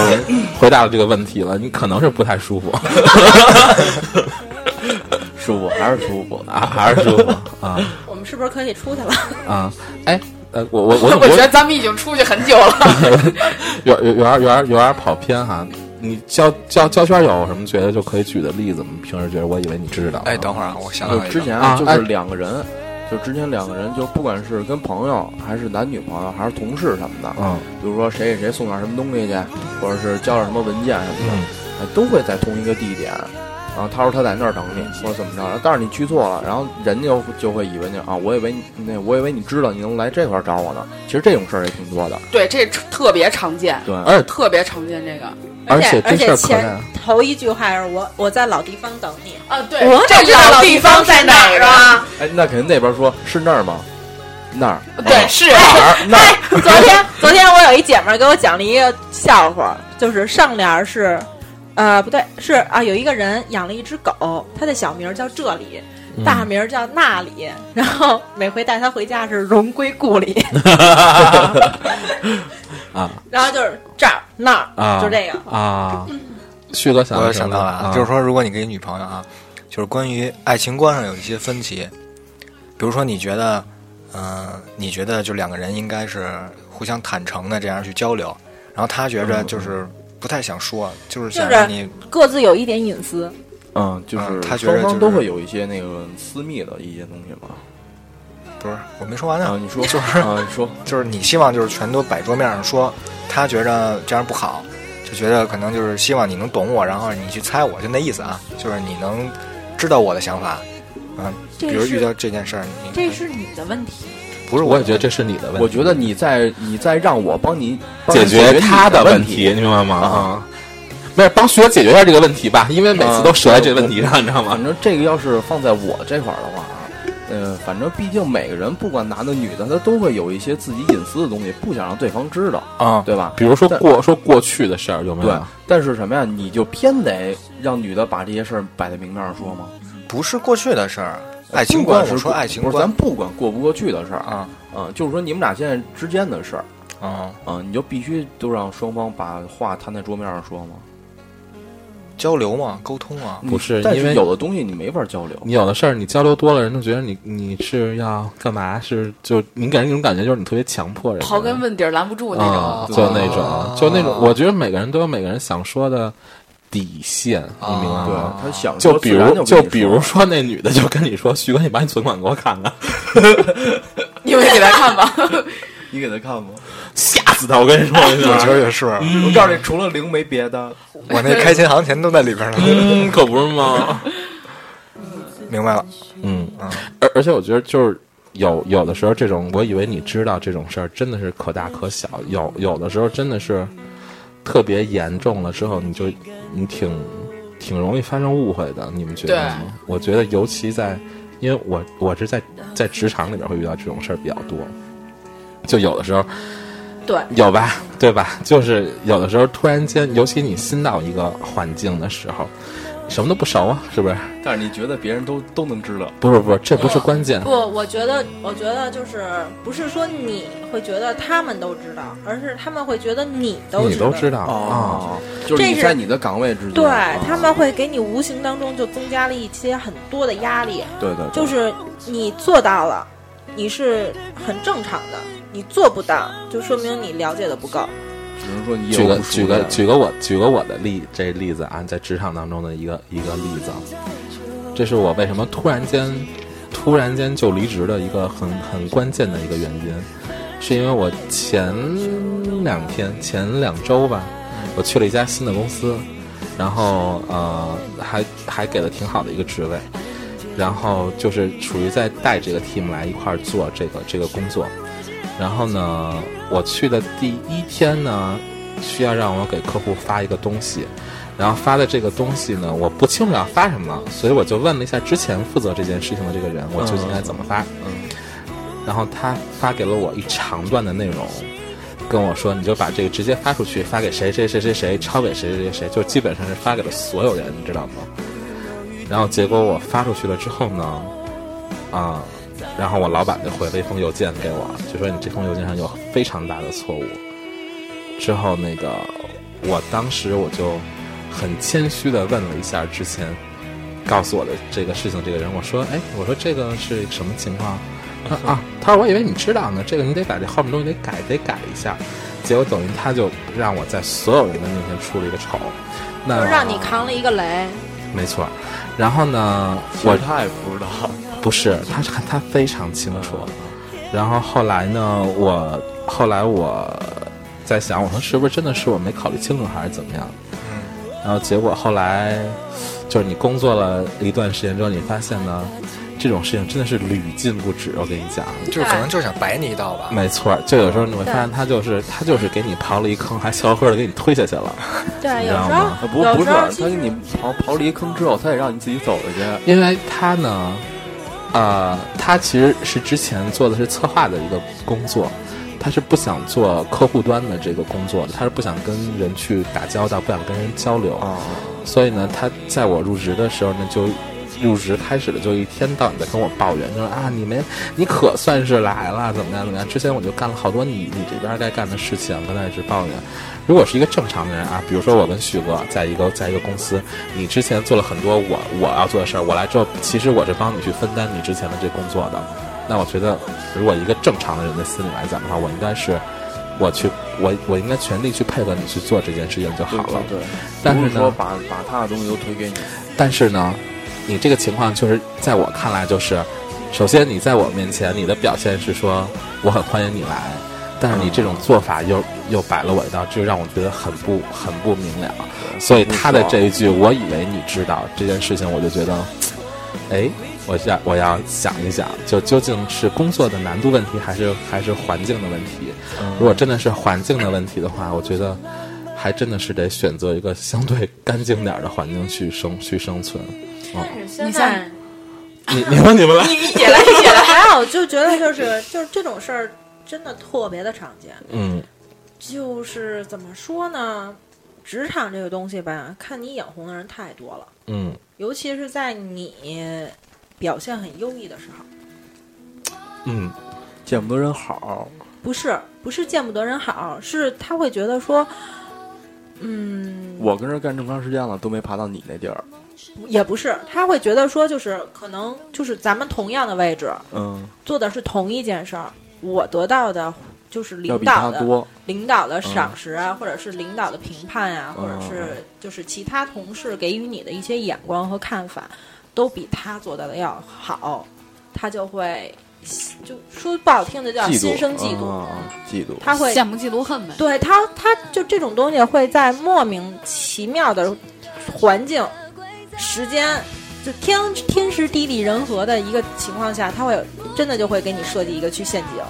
[SPEAKER 6] 回答了这个问题了。你可能是不太舒服
[SPEAKER 7] 舒服还是舒服？
[SPEAKER 6] 啊，还是舒服啊
[SPEAKER 8] 我们是不是可以出去了？
[SPEAKER 6] 啊？哎，呃，我我 我
[SPEAKER 3] 我觉得咱们已经出去很久了。
[SPEAKER 6] 有有有点有点有点跑偏哈。你交交交圈有什么觉得就可以举的例子吗？平时觉得我以为你知道。
[SPEAKER 5] 哎，等会儿啊，我想到一
[SPEAKER 7] 就
[SPEAKER 5] 个
[SPEAKER 7] 呃之前
[SPEAKER 6] 啊
[SPEAKER 7] 就
[SPEAKER 6] 哎
[SPEAKER 7] 是两个人，就之前两个人，就不管是跟朋友还是男女朋友还是同事什么的，
[SPEAKER 6] 嗯
[SPEAKER 7] 比如说谁给谁送点什么东西去，或者是交点什么文件什么的，
[SPEAKER 6] 嗯
[SPEAKER 7] 哎，都会在同一个地点。然后他说他在那儿等你，
[SPEAKER 6] 嗯
[SPEAKER 7] 或者怎么着，但是你去错了，然后人家就就会以为你啊，我以为你那我以为你知道你能来这块儿找我呢。其实这种事儿也挺多的，
[SPEAKER 3] 对，这特别常见，
[SPEAKER 7] 对，
[SPEAKER 6] 而
[SPEAKER 3] 特别常见这个。
[SPEAKER 6] 而且
[SPEAKER 8] 且而
[SPEAKER 6] 这事儿
[SPEAKER 8] 且
[SPEAKER 6] 可
[SPEAKER 8] 前
[SPEAKER 6] 能
[SPEAKER 8] 头一句话是我我在老地方等你，
[SPEAKER 3] 啊，对
[SPEAKER 8] 我哪
[SPEAKER 3] 这
[SPEAKER 8] 知道老地方在哪儿啊？
[SPEAKER 7] 哎，那肯定那边说是那儿吗？那儿
[SPEAKER 3] 对，是
[SPEAKER 7] 哪儿那儿？
[SPEAKER 8] 哎昨天昨天我有一姐们儿给我讲了一个笑话，就是上联儿是，呃，不对，是啊，有一个人养了一只狗，他的小名儿叫这里，
[SPEAKER 6] 嗯
[SPEAKER 8] 大名儿叫那里，然后每回带他回家是荣归故里，
[SPEAKER 6] 啊
[SPEAKER 8] 然后就是这儿那儿，
[SPEAKER 6] 啊，
[SPEAKER 8] 就这个。
[SPEAKER 6] 啊。旭哥想
[SPEAKER 5] 我
[SPEAKER 6] 到
[SPEAKER 5] 又
[SPEAKER 6] 什么
[SPEAKER 5] 想到了啊，就是说，如果你跟你女朋友啊，就是关于爱情观上有一些分歧，比如说你觉得，嗯、你觉得就两个人应该是互相坦诚的这样去交流，然后他觉着就是不太想说，就是想
[SPEAKER 8] 就是
[SPEAKER 5] 让你
[SPEAKER 8] 各自有一点隐私，
[SPEAKER 7] 嗯，就
[SPEAKER 5] 嗯
[SPEAKER 7] 是
[SPEAKER 5] 他觉得
[SPEAKER 7] 双
[SPEAKER 5] 就
[SPEAKER 7] 方都
[SPEAKER 5] 是
[SPEAKER 7] 会有一些那个私密的一些东西嘛。
[SPEAKER 5] 不是我没说完
[SPEAKER 7] 啊，
[SPEAKER 5] 呢，
[SPEAKER 7] 你说啊，你说
[SPEAKER 5] 就是你希望就是全都摆桌面上说，他觉着这样不好，就觉得可能就是希望你能懂我，然后你去猜我，就那意思啊，就是你能知道我的想法。嗯，
[SPEAKER 8] 这
[SPEAKER 5] 比如遇
[SPEAKER 8] 是
[SPEAKER 5] 到这件事儿，你
[SPEAKER 8] 这是你的问题。
[SPEAKER 5] 不是
[SPEAKER 6] 我
[SPEAKER 5] 我
[SPEAKER 6] 也觉得这是你的问题。
[SPEAKER 7] 我觉得你在你在让我帮你帮你
[SPEAKER 6] 解决
[SPEAKER 7] 决
[SPEAKER 6] 他
[SPEAKER 7] 你的
[SPEAKER 6] 的问
[SPEAKER 7] 题，
[SPEAKER 6] 你明白吗？
[SPEAKER 7] 啊
[SPEAKER 6] 啊，没事，帮徐哥解决一下这个问题吧，因为每次都折在这问题上，你知道吗
[SPEAKER 7] 反？正这个要是放在我这块儿的话啊，呃，反正毕竟每个人不管男的女的，他都会有一些自己隐私的东西，不想让对方知道，
[SPEAKER 5] 啊，
[SPEAKER 7] 对吧？
[SPEAKER 6] 比如说
[SPEAKER 7] 但
[SPEAKER 6] 过说过去的事儿有没
[SPEAKER 7] 对
[SPEAKER 6] 有？，
[SPEAKER 7] 但是什么呀？你就偏得让女的把这些事儿摆在明面上说吗？
[SPEAKER 5] 不是过去的事儿，啊爱情
[SPEAKER 7] 不
[SPEAKER 5] 观
[SPEAKER 7] 管，是
[SPEAKER 5] 我说
[SPEAKER 7] 过
[SPEAKER 5] 爱情
[SPEAKER 7] 不是咱
[SPEAKER 5] 观
[SPEAKER 7] 不管过不过去的事儿啊，
[SPEAKER 5] 啊
[SPEAKER 7] 嗯，就是说你们俩现在之间的事儿
[SPEAKER 5] 啊，
[SPEAKER 7] 啊，你就必须都让双方把话摊在桌面上说嘛。
[SPEAKER 5] 交流嘛，沟通啊，
[SPEAKER 6] 不是
[SPEAKER 7] 但
[SPEAKER 6] 因为
[SPEAKER 7] 是有的东西你没法交流。
[SPEAKER 6] 你有的事儿你交流多了，人就觉得你你是要干嘛？是就你给人一种感觉，就是你特别强迫人家。
[SPEAKER 3] 刨根问底儿拦不住那
[SPEAKER 6] 啊，
[SPEAKER 3] 种。
[SPEAKER 6] 就那种，就那种，我觉得每个人都有每个人想说的底线，你明白
[SPEAKER 7] 对啊
[SPEAKER 6] 吗？
[SPEAKER 7] 他想
[SPEAKER 6] 啊就
[SPEAKER 7] 说
[SPEAKER 6] 比
[SPEAKER 7] 自然
[SPEAKER 6] 如，
[SPEAKER 7] 就
[SPEAKER 6] 就
[SPEAKER 7] 跟你
[SPEAKER 6] 比
[SPEAKER 7] 说
[SPEAKER 6] 如说那女的就跟你说：“徐哥，你把你存款给我看 看。”
[SPEAKER 3] 你们给他看吧。
[SPEAKER 7] 你给他看吧，
[SPEAKER 6] 吓死他！我跟你说，我跟你
[SPEAKER 5] 我
[SPEAKER 6] 说
[SPEAKER 5] 觉得也是，
[SPEAKER 7] 我告诉你，除了零没别的。
[SPEAKER 5] 我那开琴行钱都在里边儿呢，
[SPEAKER 6] 嗯，可不是吗？
[SPEAKER 5] 明白了，
[SPEAKER 6] 嗯，而而且我觉得就是有有的时候这种，我以为你知道这种事儿，真的是可大可小。有有的时候真的是特别严重了之后，你就你挺挺容易发生误会的，你们觉得吗？我觉得尤其在，因为我我是在在职场里边会遇到这种事儿比较多，就有的时候
[SPEAKER 8] 对，
[SPEAKER 6] 有吧，对吧？就是有的时候突然间，尤其你新到一个环境的时候，什么都不熟啊，是不是？
[SPEAKER 7] 但是你觉得别人都都能知道？
[SPEAKER 6] 不是不是，这不是关键
[SPEAKER 8] 不，，我觉得，我觉得就是不是说你会觉得他们都知道，而是他们会觉得你都
[SPEAKER 6] 你都知道啊。
[SPEAKER 7] 哦，就是
[SPEAKER 8] 这
[SPEAKER 7] 你
[SPEAKER 8] 是
[SPEAKER 7] 在你的岗位之间，
[SPEAKER 8] 对
[SPEAKER 7] 啊
[SPEAKER 8] 他们会给你无形当中就增加了一些很多的压力，
[SPEAKER 7] 对对，对
[SPEAKER 8] 就是你做到了，你是很正常的；你做不到，就说明你了解的不够。
[SPEAKER 7] 只能说你
[SPEAKER 6] 举
[SPEAKER 7] 有
[SPEAKER 6] 个
[SPEAKER 7] 不熟
[SPEAKER 6] 举个
[SPEAKER 7] 的
[SPEAKER 6] 举个我举个我的例这例子啊，在职场当中的一个一个例子，啊这是我为什么突然间突然间就离职的一个很很关键的一个原因，是因为我前两天前两周吧，我去了一家新的公司，然后呃还还给了挺好的一个职位，然后就是属于在带这个 team 来一块儿做这个这个工作。然后呢，我去的第一天呢，需要让我给客户发一个东西，然后发的这个东西呢，我不清楚要发什么，所以我就问了一下之前负责这件事情的这个人，我究竟该怎么发。
[SPEAKER 5] 嗯
[SPEAKER 6] 然后他发给了我一长段的内容，跟我说你就把这个直接发出去，发给谁谁谁谁谁，抄给谁谁谁谁，就基本上是发给了所有人，你知道吗？然后结果我发出去了之后呢，啊、然后我老板就回了一封邮件给我，就说你这封邮件上有非常大的错误。之后那个，我当时我就很谦虚的问了一下之前告诉我的这个事情这个人，我说，哎，我说这个是什么情况？他说啊，他说我以为你知道呢，这个你得把这后面东西得改，得改一下。结果等于他就让我在所有人的面前出了一个丑，那
[SPEAKER 8] 就让你扛了一个雷。
[SPEAKER 6] 没错。然后呢，我
[SPEAKER 7] 我他也不知道，
[SPEAKER 6] 不是，他是他非常清楚。然后后来呢，我后来我在想，我说是不是真的是我没考虑清楚，还是怎么样？然后结果后来就是你工作了一段时间之后，你发现呢，这种事情真的是屡禁不止。我跟你讲，
[SPEAKER 5] 就是可能就想摆你一道吧。
[SPEAKER 6] 没错，就有时候你会发现他就是他就是给你刨了一坑，还笑呵呵的给你推下去了。
[SPEAKER 8] 对，
[SPEAKER 6] 你
[SPEAKER 8] 有
[SPEAKER 6] 知道
[SPEAKER 8] 时
[SPEAKER 6] 吗
[SPEAKER 8] 候
[SPEAKER 7] 呃不
[SPEAKER 8] 有
[SPEAKER 7] 不是
[SPEAKER 8] 时候
[SPEAKER 7] 他给你刨刨离坑之后，他也让你自己走下去。
[SPEAKER 6] 因为他呢，呃，他其实是之前做的是策划的一个工作，他是不想做客户端的这个工作的，他是不想跟人去打交道，不想跟人交流。所以呢，他在我入职的时候呢，就入职开始了，就一天到晚在跟我抱怨，就说啊，你没，你可算是来了，怎么样怎么样？之前我就干了好多你你这边该干的事情，跟他一直抱怨。如果是一个正常的人啊，比如说我跟许哥在一个在一个公司，你之前做了很多我我要做的事儿，我来之后，其实我是帮你去分担你之前的这工作的。那我觉得，如果一个正常的人的心里来讲的话，我应该是，我去，我我应该全力去配合你去做这件事情就好了。
[SPEAKER 7] 对，
[SPEAKER 6] 但
[SPEAKER 7] 不
[SPEAKER 6] 是
[SPEAKER 7] 是
[SPEAKER 6] 呢，
[SPEAKER 7] 说把把他的东西都推给你，
[SPEAKER 6] 但是呢，你这个情况就是在我看来就是，首先你在我面前你的表现是说我很欢迎你来，但是你这种做法又又摆了我一道，这让我觉得很不很不明了。所以他的这一句“我以为你知道”这件事情，我就觉得，哎，我要我要想一想，就究竟是工作的难度问题，还是还是环境的问题？如果真的是环境的问题的话，我觉得还真的是得选择一个相对干净点儿的环境去生去生存。
[SPEAKER 8] 现
[SPEAKER 3] 你像
[SPEAKER 8] 在
[SPEAKER 6] 你你们你们来，
[SPEAKER 1] 一起来一起来，
[SPEAKER 8] 还有就觉得就是 就是这种事儿真的特别的常见，
[SPEAKER 6] 嗯
[SPEAKER 8] 就是怎么说呢？职场这个东西吧，看你眼红的人太多了，
[SPEAKER 6] 嗯，
[SPEAKER 8] 尤其是在你表现很优异的时候，
[SPEAKER 6] 嗯，
[SPEAKER 7] 见不得人好，
[SPEAKER 8] 不是不是见不得人好，是他会觉得说，嗯，
[SPEAKER 7] 我跟这干这么长时间了，都没爬到你那地儿。
[SPEAKER 8] 也不是，他会觉得说就是可能就是咱们同样的位置
[SPEAKER 7] 嗯，
[SPEAKER 8] 做的是同一件事儿，我得到的就是
[SPEAKER 7] 要
[SPEAKER 8] 领
[SPEAKER 7] 比
[SPEAKER 8] 导
[SPEAKER 7] 他
[SPEAKER 8] 的
[SPEAKER 7] 多。嗯
[SPEAKER 8] 领导的赏识啊，或者是领导的评判啊，或者是就是其他同事给予你的一些眼光和看法，都比他做到的要好，他就会就说不好听的叫
[SPEAKER 7] 嫉妒，
[SPEAKER 8] 心生嫉妒，
[SPEAKER 7] 啊，啊嫉妒。
[SPEAKER 8] 他会
[SPEAKER 3] 羡慕嫉妒恨呗。
[SPEAKER 8] 对他他就这种东西会在莫名其妙的环境、时间。就天天时地利人和的一个情况下，他会有真的就会给你设计一个去陷阱。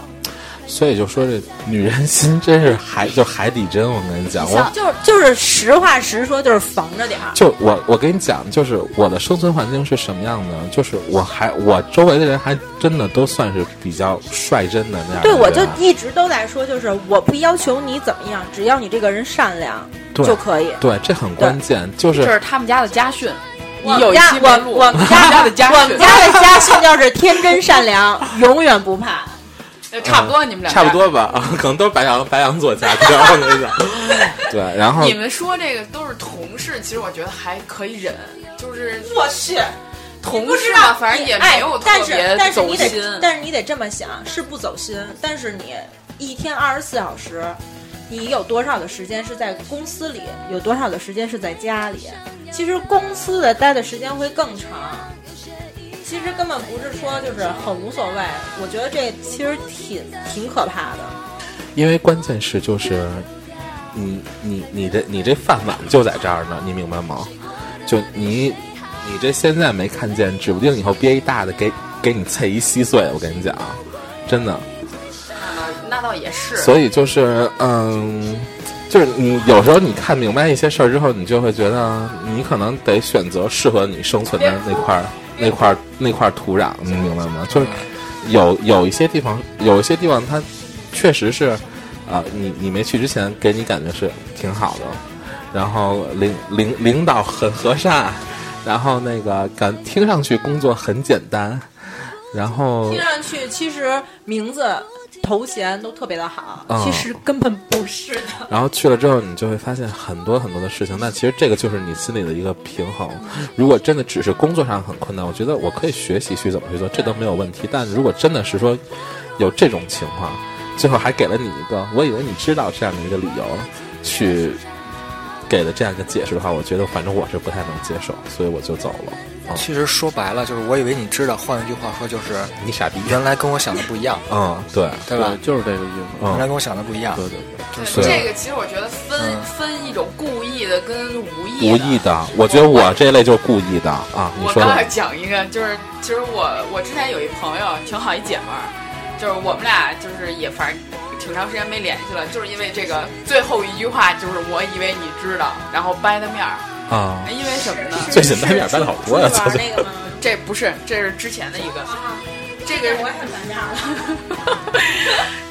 [SPEAKER 6] 所以就说这女人心真是海就海底针，我跟你讲，我
[SPEAKER 8] 就是就是实话实说，就是防着点儿。
[SPEAKER 6] 就我我跟你讲，就是我的生存环境是什么样的，就是我还我周围的人还真的都算是比较率真的那样的
[SPEAKER 8] 对，
[SPEAKER 6] 人啊。
[SPEAKER 8] 我就一直都在说，就是我不要求你怎么样，只要你这个人善良
[SPEAKER 6] 对
[SPEAKER 8] 就可以。
[SPEAKER 6] 对，这很关键，就
[SPEAKER 3] 这
[SPEAKER 6] 是
[SPEAKER 3] 是他们家的家训，你
[SPEAKER 8] 我
[SPEAKER 3] 有
[SPEAKER 8] 们
[SPEAKER 3] 一
[SPEAKER 8] 家
[SPEAKER 3] 期没
[SPEAKER 8] 我
[SPEAKER 3] 录
[SPEAKER 8] 我 们
[SPEAKER 3] 他们
[SPEAKER 8] 家
[SPEAKER 3] 家的家
[SPEAKER 8] 我
[SPEAKER 3] 训
[SPEAKER 8] 们家的家训就是天真善良，永远不怕。
[SPEAKER 3] 呃差不多，你们俩
[SPEAKER 6] 差不。多吧， 啊，可能都是白羊白羊座家庭，我跟你讲。对，然后
[SPEAKER 3] 你们说这个都是同事，其实我觉得还可以忍，就是
[SPEAKER 8] 我去，
[SPEAKER 3] 同事吧，反正也没有特
[SPEAKER 8] 哎但是
[SPEAKER 3] 别
[SPEAKER 8] 但是
[SPEAKER 3] 走
[SPEAKER 8] 你
[SPEAKER 3] 心。
[SPEAKER 8] 得，但是你得这么想，是不走心，但是你一天二十四小时。你有多少的时间是在公司里，有多少的时间是在家里？其实公司的待的时间会更长。其实根本不是说就是很无所谓，我觉得这其实挺挺可怕的。
[SPEAKER 6] 因为关键是就是你你你这你这饭碗就在这儿呢，你明白吗？就你你这现在没看见，指不定以后憋一大的给给你啐一稀碎，我跟你讲，啊真的。
[SPEAKER 3] 那倒也是，
[SPEAKER 6] 所以就是，嗯，就是你有时候你看明白一些事儿之后，你就会觉得你可能得选择适合你生存的那块儿、那块儿、那块儿土壤，你明白吗？就是有有一些地方，有一些地方它确实是啊、你你没去之前给你感觉是挺好的，然后领领领导很和善，然后那个感听上去工作很简单，然后
[SPEAKER 8] 听上去其实名字、头衔都特别的好，
[SPEAKER 6] 嗯
[SPEAKER 8] 其实根本不是的。
[SPEAKER 6] 然后去了之后，你就会发现很多很多的事情。但其实这个就是你心里的一个平衡。如果真的只是工作上很困难，我觉得我可以学习去怎么去做，这都没有问题。但如果真的是说有这种情况，最后还给了你一个我以为你知道这样的一个理由，去给了这样一个解释的话，我觉得反正我是不太能接受，所以我就走了。啊、
[SPEAKER 5] 其实说白了，就是我以为你知道，换一句话说就是
[SPEAKER 6] 你傻逼！
[SPEAKER 5] 原来跟我想的不一样，
[SPEAKER 6] 嗯，对，
[SPEAKER 5] 对哎吧？
[SPEAKER 7] 就是这个意思。
[SPEAKER 5] 原
[SPEAKER 6] 嗯，
[SPEAKER 5] 来跟我想的不一样
[SPEAKER 7] 对，对对，
[SPEAKER 5] 就是
[SPEAKER 6] 对
[SPEAKER 3] 这个其实我觉得分、
[SPEAKER 5] 嗯
[SPEAKER 3] 分一种故意的跟无意
[SPEAKER 6] 无
[SPEAKER 3] 的。
[SPEAKER 6] 意的，我觉得我这类就是故意的啊。你
[SPEAKER 3] 我
[SPEAKER 6] 说
[SPEAKER 3] 刚才
[SPEAKER 6] 的，
[SPEAKER 3] 讲一个，就是其实我我之前有一朋友挺好一姐们儿，就是我们俩就是也反正挺长时间没联系了，就是因为这个最后一句话就是我以为你知道，然后掰的面儿，
[SPEAKER 6] 啊，
[SPEAKER 3] 因为什么呢？
[SPEAKER 6] 最简单点办的好多呀，
[SPEAKER 8] 出
[SPEAKER 6] 操
[SPEAKER 8] 去玩！那个吗？
[SPEAKER 3] 这不是，这是之前的一个，这个
[SPEAKER 8] 啊我很难呀。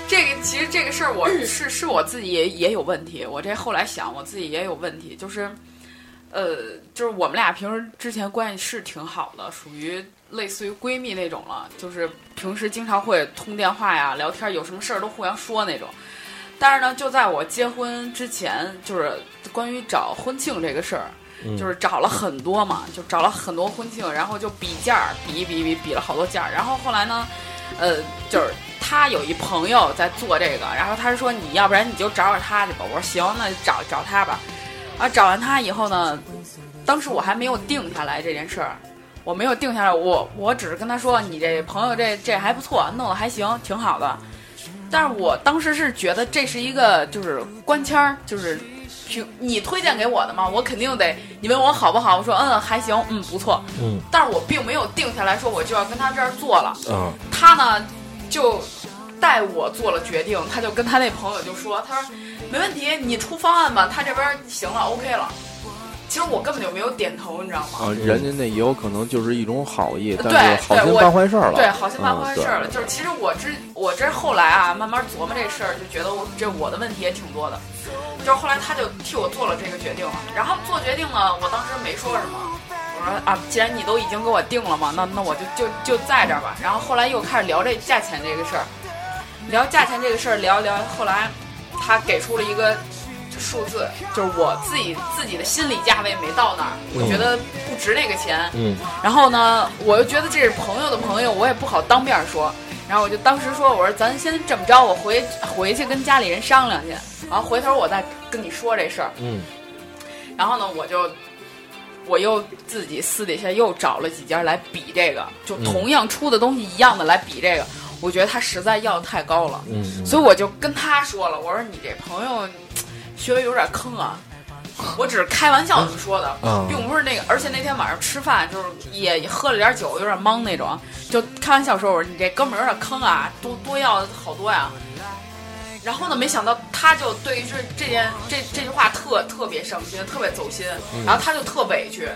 [SPEAKER 3] 这个其实这个事儿，我是是我自己也也有问题。我这后来想，我自己也有问题，就是，呃，就是我们俩平时之前关系是挺好的，属于类似于闺蜜那种了，就是平时经常会通电话呀、聊天，有什么事儿都互相说那种。但是呢，就在我结婚之前，就是关于找婚庆这个事儿，就是找了很多嘛，就找了很多婚庆，然后就比价儿，比一比一比，比了好多价儿。然后后来呢，呃，就是他有一朋友在做这个，然后他说你要不然你就找找他去吧。我说行，那就找找他吧。啊，找完他以后呢，当时我还没有定下来这件事儿，我没有定下来，我我只是跟他说你这朋友这这还不错，弄得还行，挺好的。但是我当时是觉得这是一个就是官腔儿，就是凭你推荐给我的嘛，我肯定得你问我好不好，我说嗯还行，嗯不错，
[SPEAKER 6] 嗯
[SPEAKER 3] 但是我并没有定下来说我就要跟他这儿做了。
[SPEAKER 6] 嗯
[SPEAKER 3] 他呢就代我做了决定，他就跟他那朋友就说，他说没问题，你出方案吧，他这边行了，OK 了。其实我根本就没有点头，你知道吗？
[SPEAKER 6] 哦
[SPEAKER 7] 啊，人家那也有可能就是一种好意，
[SPEAKER 3] 对
[SPEAKER 7] 但是好
[SPEAKER 3] 对
[SPEAKER 7] 心
[SPEAKER 3] 我
[SPEAKER 7] 办坏事儿了。
[SPEAKER 3] 对，好心办坏
[SPEAKER 7] 嗯
[SPEAKER 3] 事儿了。
[SPEAKER 7] 对
[SPEAKER 3] 就是其实我之我这后来啊，慢慢琢磨这事儿，就觉得我这我的问题也挺多的。就是后来他就替我做了这个决定了，然后做决定呢，我当时没说什么，我说啊，既然你都已经给我定了嘛，那那我就就就在这儿吧。然后后来又开始聊这价钱这个事儿，聊价钱这个事儿聊一聊，后来他给出了一个数字，就是我自己自己的心理价位没到那儿，我
[SPEAKER 7] 嗯
[SPEAKER 3] 觉得不值那个钱，
[SPEAKER 6] 嗯。
[SPEAKER 3] 然后呢，我又觉得这是朋友的朋友，我也不好当面说。然后我就当时说，我说咱先这么着，我回回去跟家里人商量去，然后回头我再跟你说这事儿。
[SPEAKER 6] 嗯
[SPEAKER 3] 然后呢，我就我又自己私底下又找了几家来比这个，就
[SPEAKER 6] 嗯
[SPEAKER 3] 同样出的东西一样的来比这个，我觉得他实在要的太高了。
[SPEAKER 6] 嗯，
[SPEAKER 3] 所以我就跟他说了，我说你这朋友学位有点坑啊。我只是开玩笑这么说的，
[SPEAKER 6] 嗯
[SPEAKER 3] 并不是那个。而且那天晚上吃饭，就是也也喝了点酒，有点懵那种，就开玩笑说：“我说你这哥们儿有点坑啊，多多要好多呀。”然后呢，没想到他就对于这这件这这句话特特别伤心，特别走心，
[SPEAKER 6] 嗯
[SPEAKER 3] 然后他就特委屈。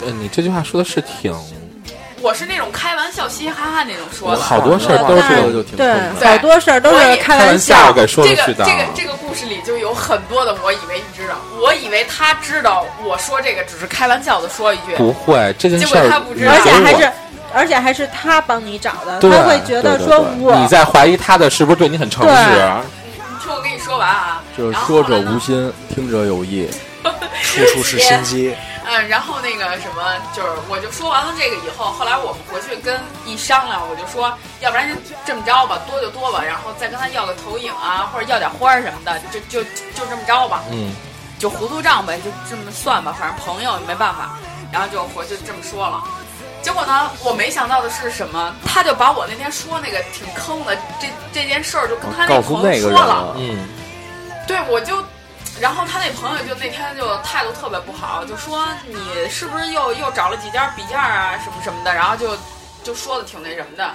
[SPEAKER 6] 呃，你这句话说的是挺，
[SPEAKER 3] 我是那种开玩笑、嘻嘻哈哈那种说
[SPEAKER 6] 我
[SPEAKER 3] 的，
[SPEAKER 6] 好多事儿都
[SPEAKER 7] 这
[SPEAKER 6] 是
[SPEAKER 7] 个就挺痛
[SPEAKER 8] 对
[SPEAKER 7] 快，
[SPEAKER 8] 好多事儿都是开玩
[SPEAKER 6] 笑给说出
[SPEAKER 3] 这个
[SPEAKER 6] 去的。啊
[SPEAKER 3] 这个这个故事里就有很多的，我以为你知道，我以为他知道我说这个只是开玩笑的说一句，
[SPEAKER 6] 不会，这件
[SPEAKER 3] 结
[SPEAKER 6] 事
[SPEAKER 3] 果
[SPEAKER 6] 儿，
[SPEAKER 3] 他不知道
[SPEAKER 6] 你
[SPEAKER 8] 而且还
[SPEAKER 6] 我
[SPEAKER 8] 是，而且还是他帮你找的，
[SPEAKER 6] 对
[SPEAKER 8] 他会觉得
[SPEAKER 7] 对对
[SPEAKER 8] 说
[SPEAKER 7] 对
[SPEAKER 6] 你
[SPEAKER 8] 我
[SPEAKER 6] 在怀疑他的是不是对你很诚实
[SPEAKER 8] 对？
[SPEAKER 3] 你听我跟你说完啊，
[SPEAKER 7] 就是
[SPEAKER 3] 然后
[SPEAKER 7] 说者
[SPEAKER 3] 呢
[SPEAKER 7] 无心，听者有意。
[SPEAKER 5] 处处是 心机。
[SPEAKER 3] 嗯，然后那个什么，就是我就说完了这个以后，后来我们回去跟一商量，我就说，要不然就这么着吧，多就多吧，然后再跟他要个投影啊，或者要点花儿什么的，就就就这么着吧，
[SPEAKER 6] 嗯
[SPEAKER 3] 就糊涂账呗，就这么算吧，反正朋友也没办法，然后就回去这么说了。结果呢，我没想到的是什么？他就把我那天说那个挺坑的这这件事儿，就跟他
[SPEAKER 7] 告诉
[SPEAKER 3] 朋
[SPEAKER 7] 那
[SPEAKER 3] 友
[SPEAKER 7] 个
[SPEAKER 3] 说
[SPEAKER 7] 人
[SPEAKER 3] 了。
[SPEAKER 7] 了，
[SPEAKER 6] 嗯
[SPEAKER 3] 对，我就，然后他那朋友就那天就态度特别不好，就说你是不是又又找了几家比价啊什么什么的，然后就就说的挺那什么的，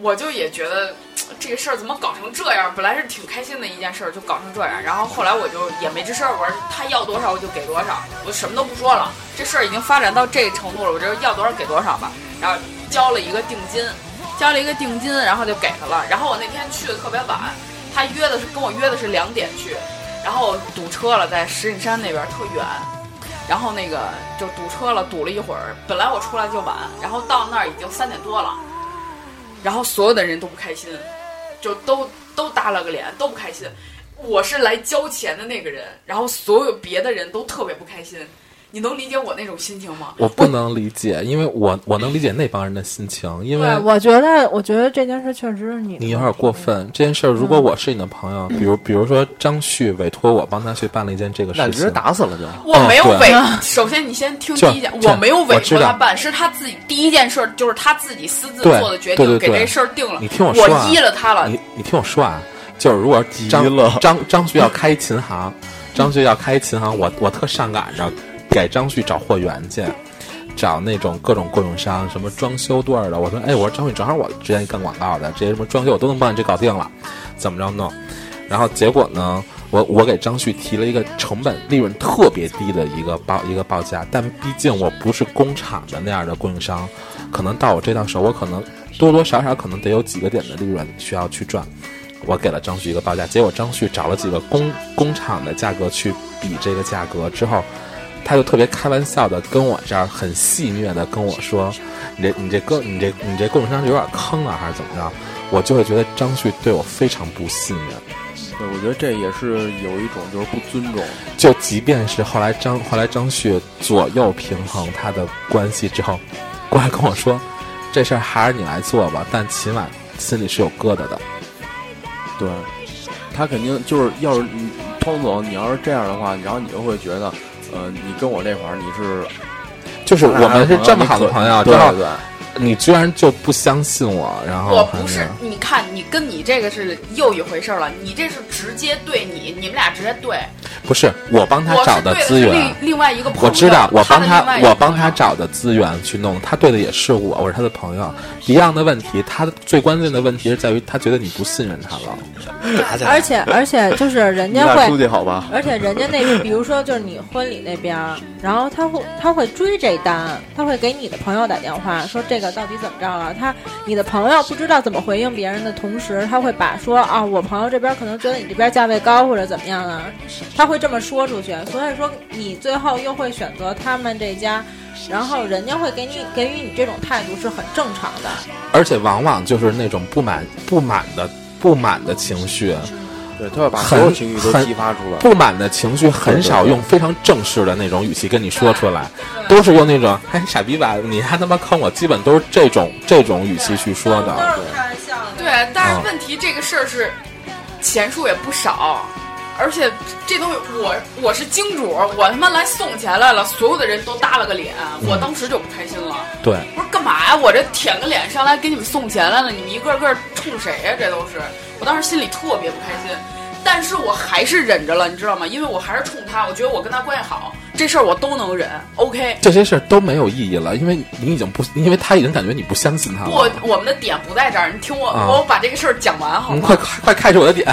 [SPEAKER 3] 我就也觉得这个事儿怎么搞成这样？本来是挺开心的一件事儿，就搞成这样。然后后来我就也没吱声儿，我说他要多少我就给多少，我什么都不说了。这事儿已经发展到这个程度了，我就要多少给多少吧。然后交了一个定金，交了一个定金，然后就给他了。然后我那天去的特别晚，他约的是跟我约的是两点去，然后堵车了，在石景山那边特远。然后那个就堵车了，堵了一会儿。本来我出来就晚，然后到那儿已经三点多了，然后所有的人都不开心，就都都耷拉个脸，都不开心。我是来交钱的那个人，然后所有别的人都特别不开心。你能理解我那种心情吗？
[SPEAKER 6] 我不能理解，因为我我能理解那帮人的心情，因为
[SPEAKER 8] 对，我觉得，我觉得这件事确实是你
[SPEAKER 6] 你有点过分。这件事儿，如
[SPEAKER 8] 嗯
[SPEAKER 6] 果我是你的朋友，比如比如说张旭委托我帮他去办了一件这个事
[SPEAKER 7] 那
[SPEAKER 6] 情，
[SPEAKER 7] 你直接打死了就。
[SPEAKER 3] 我没有
[SPEAKER 6] 嗯
[SPEAKER 3] 委，首先你先听第一件，
[SPEAKER 6] 这
[SPEAKER 3] 我没有委
[SPEAKER 6] 我知
[SPEAKER 3] 托
[SPEAKER 6] 道
[SPEAKER 3] 他办，是他自己第一件事儿，就是他自己私自
[SPEAKER 6] 对
[SPEAKER 3] 做的决
[SPEAKER 6] 对对
[SPEAKER 3] 定，给
[SPEAKER 6] 对
[SPEAKER 3] 这事儿定了。
[SPEAKER 6] 你听我
[SPEAKER 3] 我
[SPEAKER 6] 说啊
[SPEAKER 3] 依了他了，
[SPEAKER 6] 你你听我说啊，就是如果张
[SPEAKER 7] 急了
[SPEAKER 6] 张张旭要开琴行，张旭要开琴行，我我特上赶着给张旭找货源去，找那种各种供应商，什么装修队儿的。我说，哎，我说张旭，正好我之前干广告的，这些什么装修我都能帮你这搞定了，怎么着弄？然后结果呢，我我给张旭提了一个成本利润特别低的一个报一个报价，但毕竟我不是工厂的那样的供应商，可能到我这到手，我可能多多少少可能得有几个点的利润需要去赚。我给了张旭一个报价，结果张旭找了几个工工厂的价格去比这个价格之后，他就特别开玩笑的跟我这儿很戏谑的跟我说：“你这你这哥你这你这供应商有点坑啊，还是怎么着？”我就会觉得张旭对我非常不信任。
[SPEAKER 7] 对，我觉得这也是有一种就是不尊重。
[SPEAKER 6] 就即便是后来张后来张旭左右平衡他的关系之后，过来跟我说，这事儿还是你来做吧，但起码心里是有疙瘩的。
[SPEAKER 7] 对，他肯定就是要是你通总，你要是这样的话，然后你就会觉得，呃，你跟我这块儿你是
[SPEAKER 6] 就是我们是这么好的朋友，
[SPEAKER 7] 对
[SPEAKER 6] 嗯然后
[SPEAKER 7] 对对，
[SPEAKER 6] 你居然就不相信我，然后
[SPEAKER 3] 我不
[SPEAKER 6] 哦还
[SPEAKER 3] 是，你看，你跟你这个是又一回事儿了，你这是直接对你，你们俩直接对，
[SPEAKER 6] 不是我帮他
[SPEAKER 3] 我
[SPEAKER 6] 找
[SPEAKER 3] 是
[SPEAKER 6] 的
[SPEAKER 3] 对的
[SPEAKER 6] 资
[SPEAKER 3] 是另
[SPEAKER 6] 源。
[SPEAKER 3] 另外一个朋友，
[SPEAKER 6] 我知道，我
[SPEAKER 3] 他
[SPEAKER 6] 帮
[SPEAKER 3] 的另
[SPEAKER 6] 他
[SPEAKER 3] 外，一个
[SPEAKER 6] 我帮
[SPEAKER 3] 朋
[SPEAKER 6] 他
[SPEAKER 3] 友，
[SPEAKER 6] 找的资源去弄，他对的也是我，我是他的朋友，一样的问题。他最关键的问题是在于，他觉得你不信任他了。
[SPEAKER 5] 打起来
[SPEAKER 8] 而 且而且就是人
[SPEAKER 7] 你
[SPEAKER 8] 家
[SPEAKER 7] 俩
[SPEAKER 8] 会
[SPEAKER 7] 出去好吧？
[SPEAKER 8] 而且人家那个，比如说就是你婚礼那边儿，然后他会他会追这单，他会给你的朋友打电话说这个到底怎么着了。他你的朋友不知道怎么回应别人的同时，他会把说啊我朋友这边可能觉得你这边价位高或者怎么样啊，他会这么说出去。所以说你最后又会选择他们这家，然后人家会给你给予你这种态度是很正常的。
[SPEAKER 6] 而且往往就是那种不满、不满的、不满的情绪，
[SPEAKER 7] 对，他要把所有情绪都激发出来。
[SPEAKER 6] 不满的情绪很少用非常正式的那种语气跟你说出来，都是用那种“哎，傻逼吧，你还他妈坑我”，基本都是这种这种语气去说
[SPEAKER 8] 都
[SPEAKER 6] 的。
[SPEAKER 8] 是开玩笑的。
[SPEAKER 3] 对，但
[SPEAKER 6] 啊
[SPEAKER 3] 是问题这个事儿是钱数也不少。而且这东西我我是金主，我他妈来送钱来了，所有的人都耷拉个脸，
[SPEAKER 6] 嗯
[SPEAKER 3] 我当时就不开心了。
[SPEAKER 6] 对，
[SPEAKER 3] 不是干嘛呀？我这舔个脸上来给你们送钱来了，你们一个个冲谁呀、这都是，我当时心里特别不开心，但是我还是忍着了，你知道吗？因为我还是冲他，我觉得我跟他关系好，这事儿我都能忍。OK，
[SPEAKER 6] 这些事儿都没有意义了，因为你已经不，因为他已经感觉你不相信他
[SPEAKER 3] 我
[SPEAKER 6] 了。
[SPEAKER 3] 我们的点不在这儿，你听我，
[SPEAKER 6] 啊
[SPEAKER 3] 我把这个事儿讲完好
[SPEAKER 6] 你嗯
[SPEAKER 3] 吗？
[SPEAKER 6] 快快快开始我的点，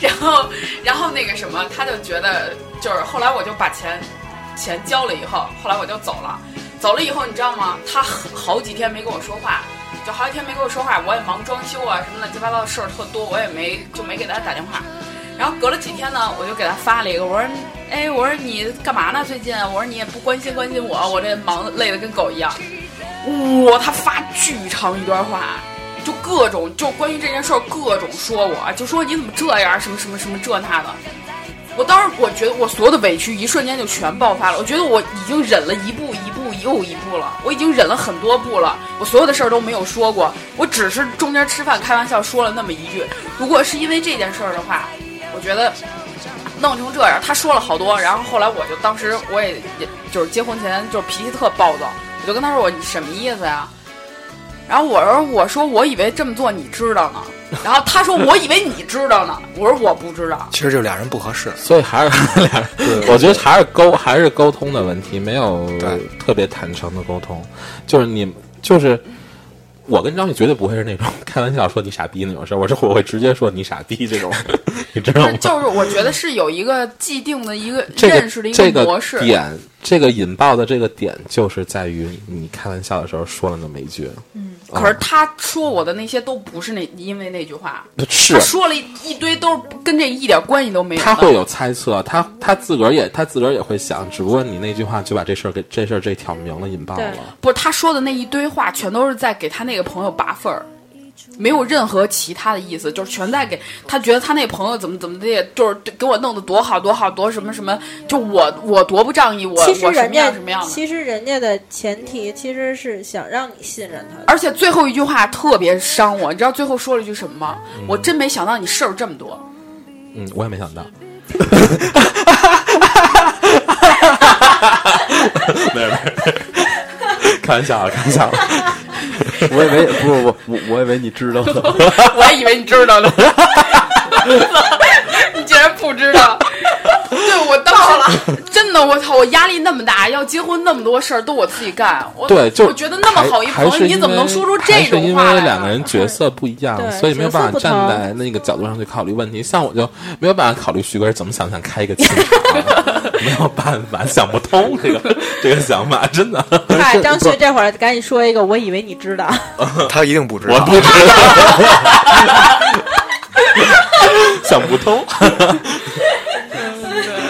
[SPEAKER 3] 然后，然后那个什么，他就觉得就是后来我就把钱钱交了以后，后来我就走了，走了以后你知道吗？他很好几天没跟我说话，就好几天没跟我说话，我也忙装修啊什么乱七八糟的事儿特多，我也没就没给他打电话。然后隔了几天呢，我就给他发了一个，我说，哎，我说你干嘛呢？最近啊我说你也不关心关心我，我这忙得累得跟狗一样。哇、他发巨长一段话，就各种就关于这件事儿各种说我，就说你怎么这样，什么什么什么这那的。我当时我觉得我所有的委屈一瞬间就全爆发了，我觉得我已经忍了一步一步又一步了，我已经忍了很多步了，我所有的事儿都没有说过，我只是中间吃饭开玩笑说了那么一句。如果是因为这件事儿的话，我觉得弄成这样，他说了好多，然后后来我就当时我也也就是结婚前就是脾气特暴躁，我就跟他说我你什么意思呀、然后我说我说我以为这么做你知道呢，然后他说我以为你知道呢，我说我不知道。
[SPEAKER 5] 其实就俩人不合适。
[SPEAKER 6] 所以还是俩人，我觉得还是沟还是沟通的问题，没有
[SPEAKER 5] 对
[SPEAKER 6] 特别坦诚的沟通，就是你就是我跟张宇绝对不会是那种 开玩笑说你傻逼那种事儿，我是我会直接说你傻逼这种，你知道吗？
[SPEAKER 3] 就是我觉得是有一个既定的一个
[SPEAKER 6] 这个
[SPEAKER 3] 认识的一
[SPEAKER 6] 这个
[SPEAKER 3] 模式，
[SPEAKER 6] 点，这个引爆的这个点就是在于你开玩笑的时候说了那么一句，嗯
[SPEAKER 3] 可是他说我的那些都不是那因为那句话，
[SPEAKER 6] 是
[SPEAKER 3] 他说了一一堆都是跟这一点关系都没有的。
[SPEAKER 6] 他会有猜测，他他自个儿也他自个儿也会想，只不过你那句话就把这事儿给这事儿这挑明了，引爆
[SPEAKER 8] 对
[SPEAKER 6] 了。
[SPEAKER 3] 不是他说的那一堆话，全都是在给他那个朋友拔份儿，没有任何其他的意思，就是全在给他觉得他那朋友怎么怎么的，就是给我弄得多好多好多什么什么，就我我多不仗义，我
[SPEAKER 8] 其实
[SPEAKER 3] 我什
[SPEAKER 8] 人
[SPEAKER 3] 么
[SPEAKER 8] 家
[SPEAKER 3] 样什么样的。
[SPEAKER 8] 其实人家的前提其实是想让你信任他的。
[SPEAKER 3] 而且最后一句话特别伤我，你知道最后说了一句什么吗？我真没想到你事儿这么多。
[SPEAKER 6] 嗯， 我也没想到。没有没 有，开玩笑啊，开玩笑啊。
[SPEAKER 7] 我以为不是我我我以为你知道了，
[SPEAKER 3] 我还以为你知道呢，你竟然不知道。对，我当时真的，我操，我压力那么大，要结婚那么多事儿都我自己干，我
[SPEAKER 6] 对，就
[SPEAKER 3] 我觉得那么好一
[SPEAKER 6] 还
[SPEAKER 3] 朋
[SPEAKER 6] 还
[SPEAKER 3] 友，
[SPEAKER 6] 是
[SPEAKER 3] 你怎么能
[SPEAKER 6] 因为
[SPEAKER 3] 说出
[SPEAKER 6] 还
[SPEAKER 3] 这
[SPEAKER 6] 是
[SPEAKER 3] 种
[SPEAKER 6] 因
[SPEAKER 3] 话来
[SPEAKER 6] 为
[SPEAKER 3] 呢？
[SPEAKER 6] 两个人角色不一样，
[SPEAKER 8] 对
[SPEAKER 6] 所以没有办法
[SPEAKER 8] 角色不
[SPEAKER 6] 站
[SPEAKER 8] 同
[SPEAKER 6] 在那个角度上去考虑问题。像我就没有办法考虑徐哥怎么想想开一个琴 场，啊没有办法想不通这个这个想法，真的。
[SPEAKER 8] 嗨，张旭这会儿赶紧说一个，我以为你知
[SPEAKER 6] 哦
[SPEAKER 8] 道，
[SPEAKER 5] 他一定不知
[SPEAKER 6] 我
[SPEAKER 5] 道。
[SPEAKER 6] 不知道， 想不通，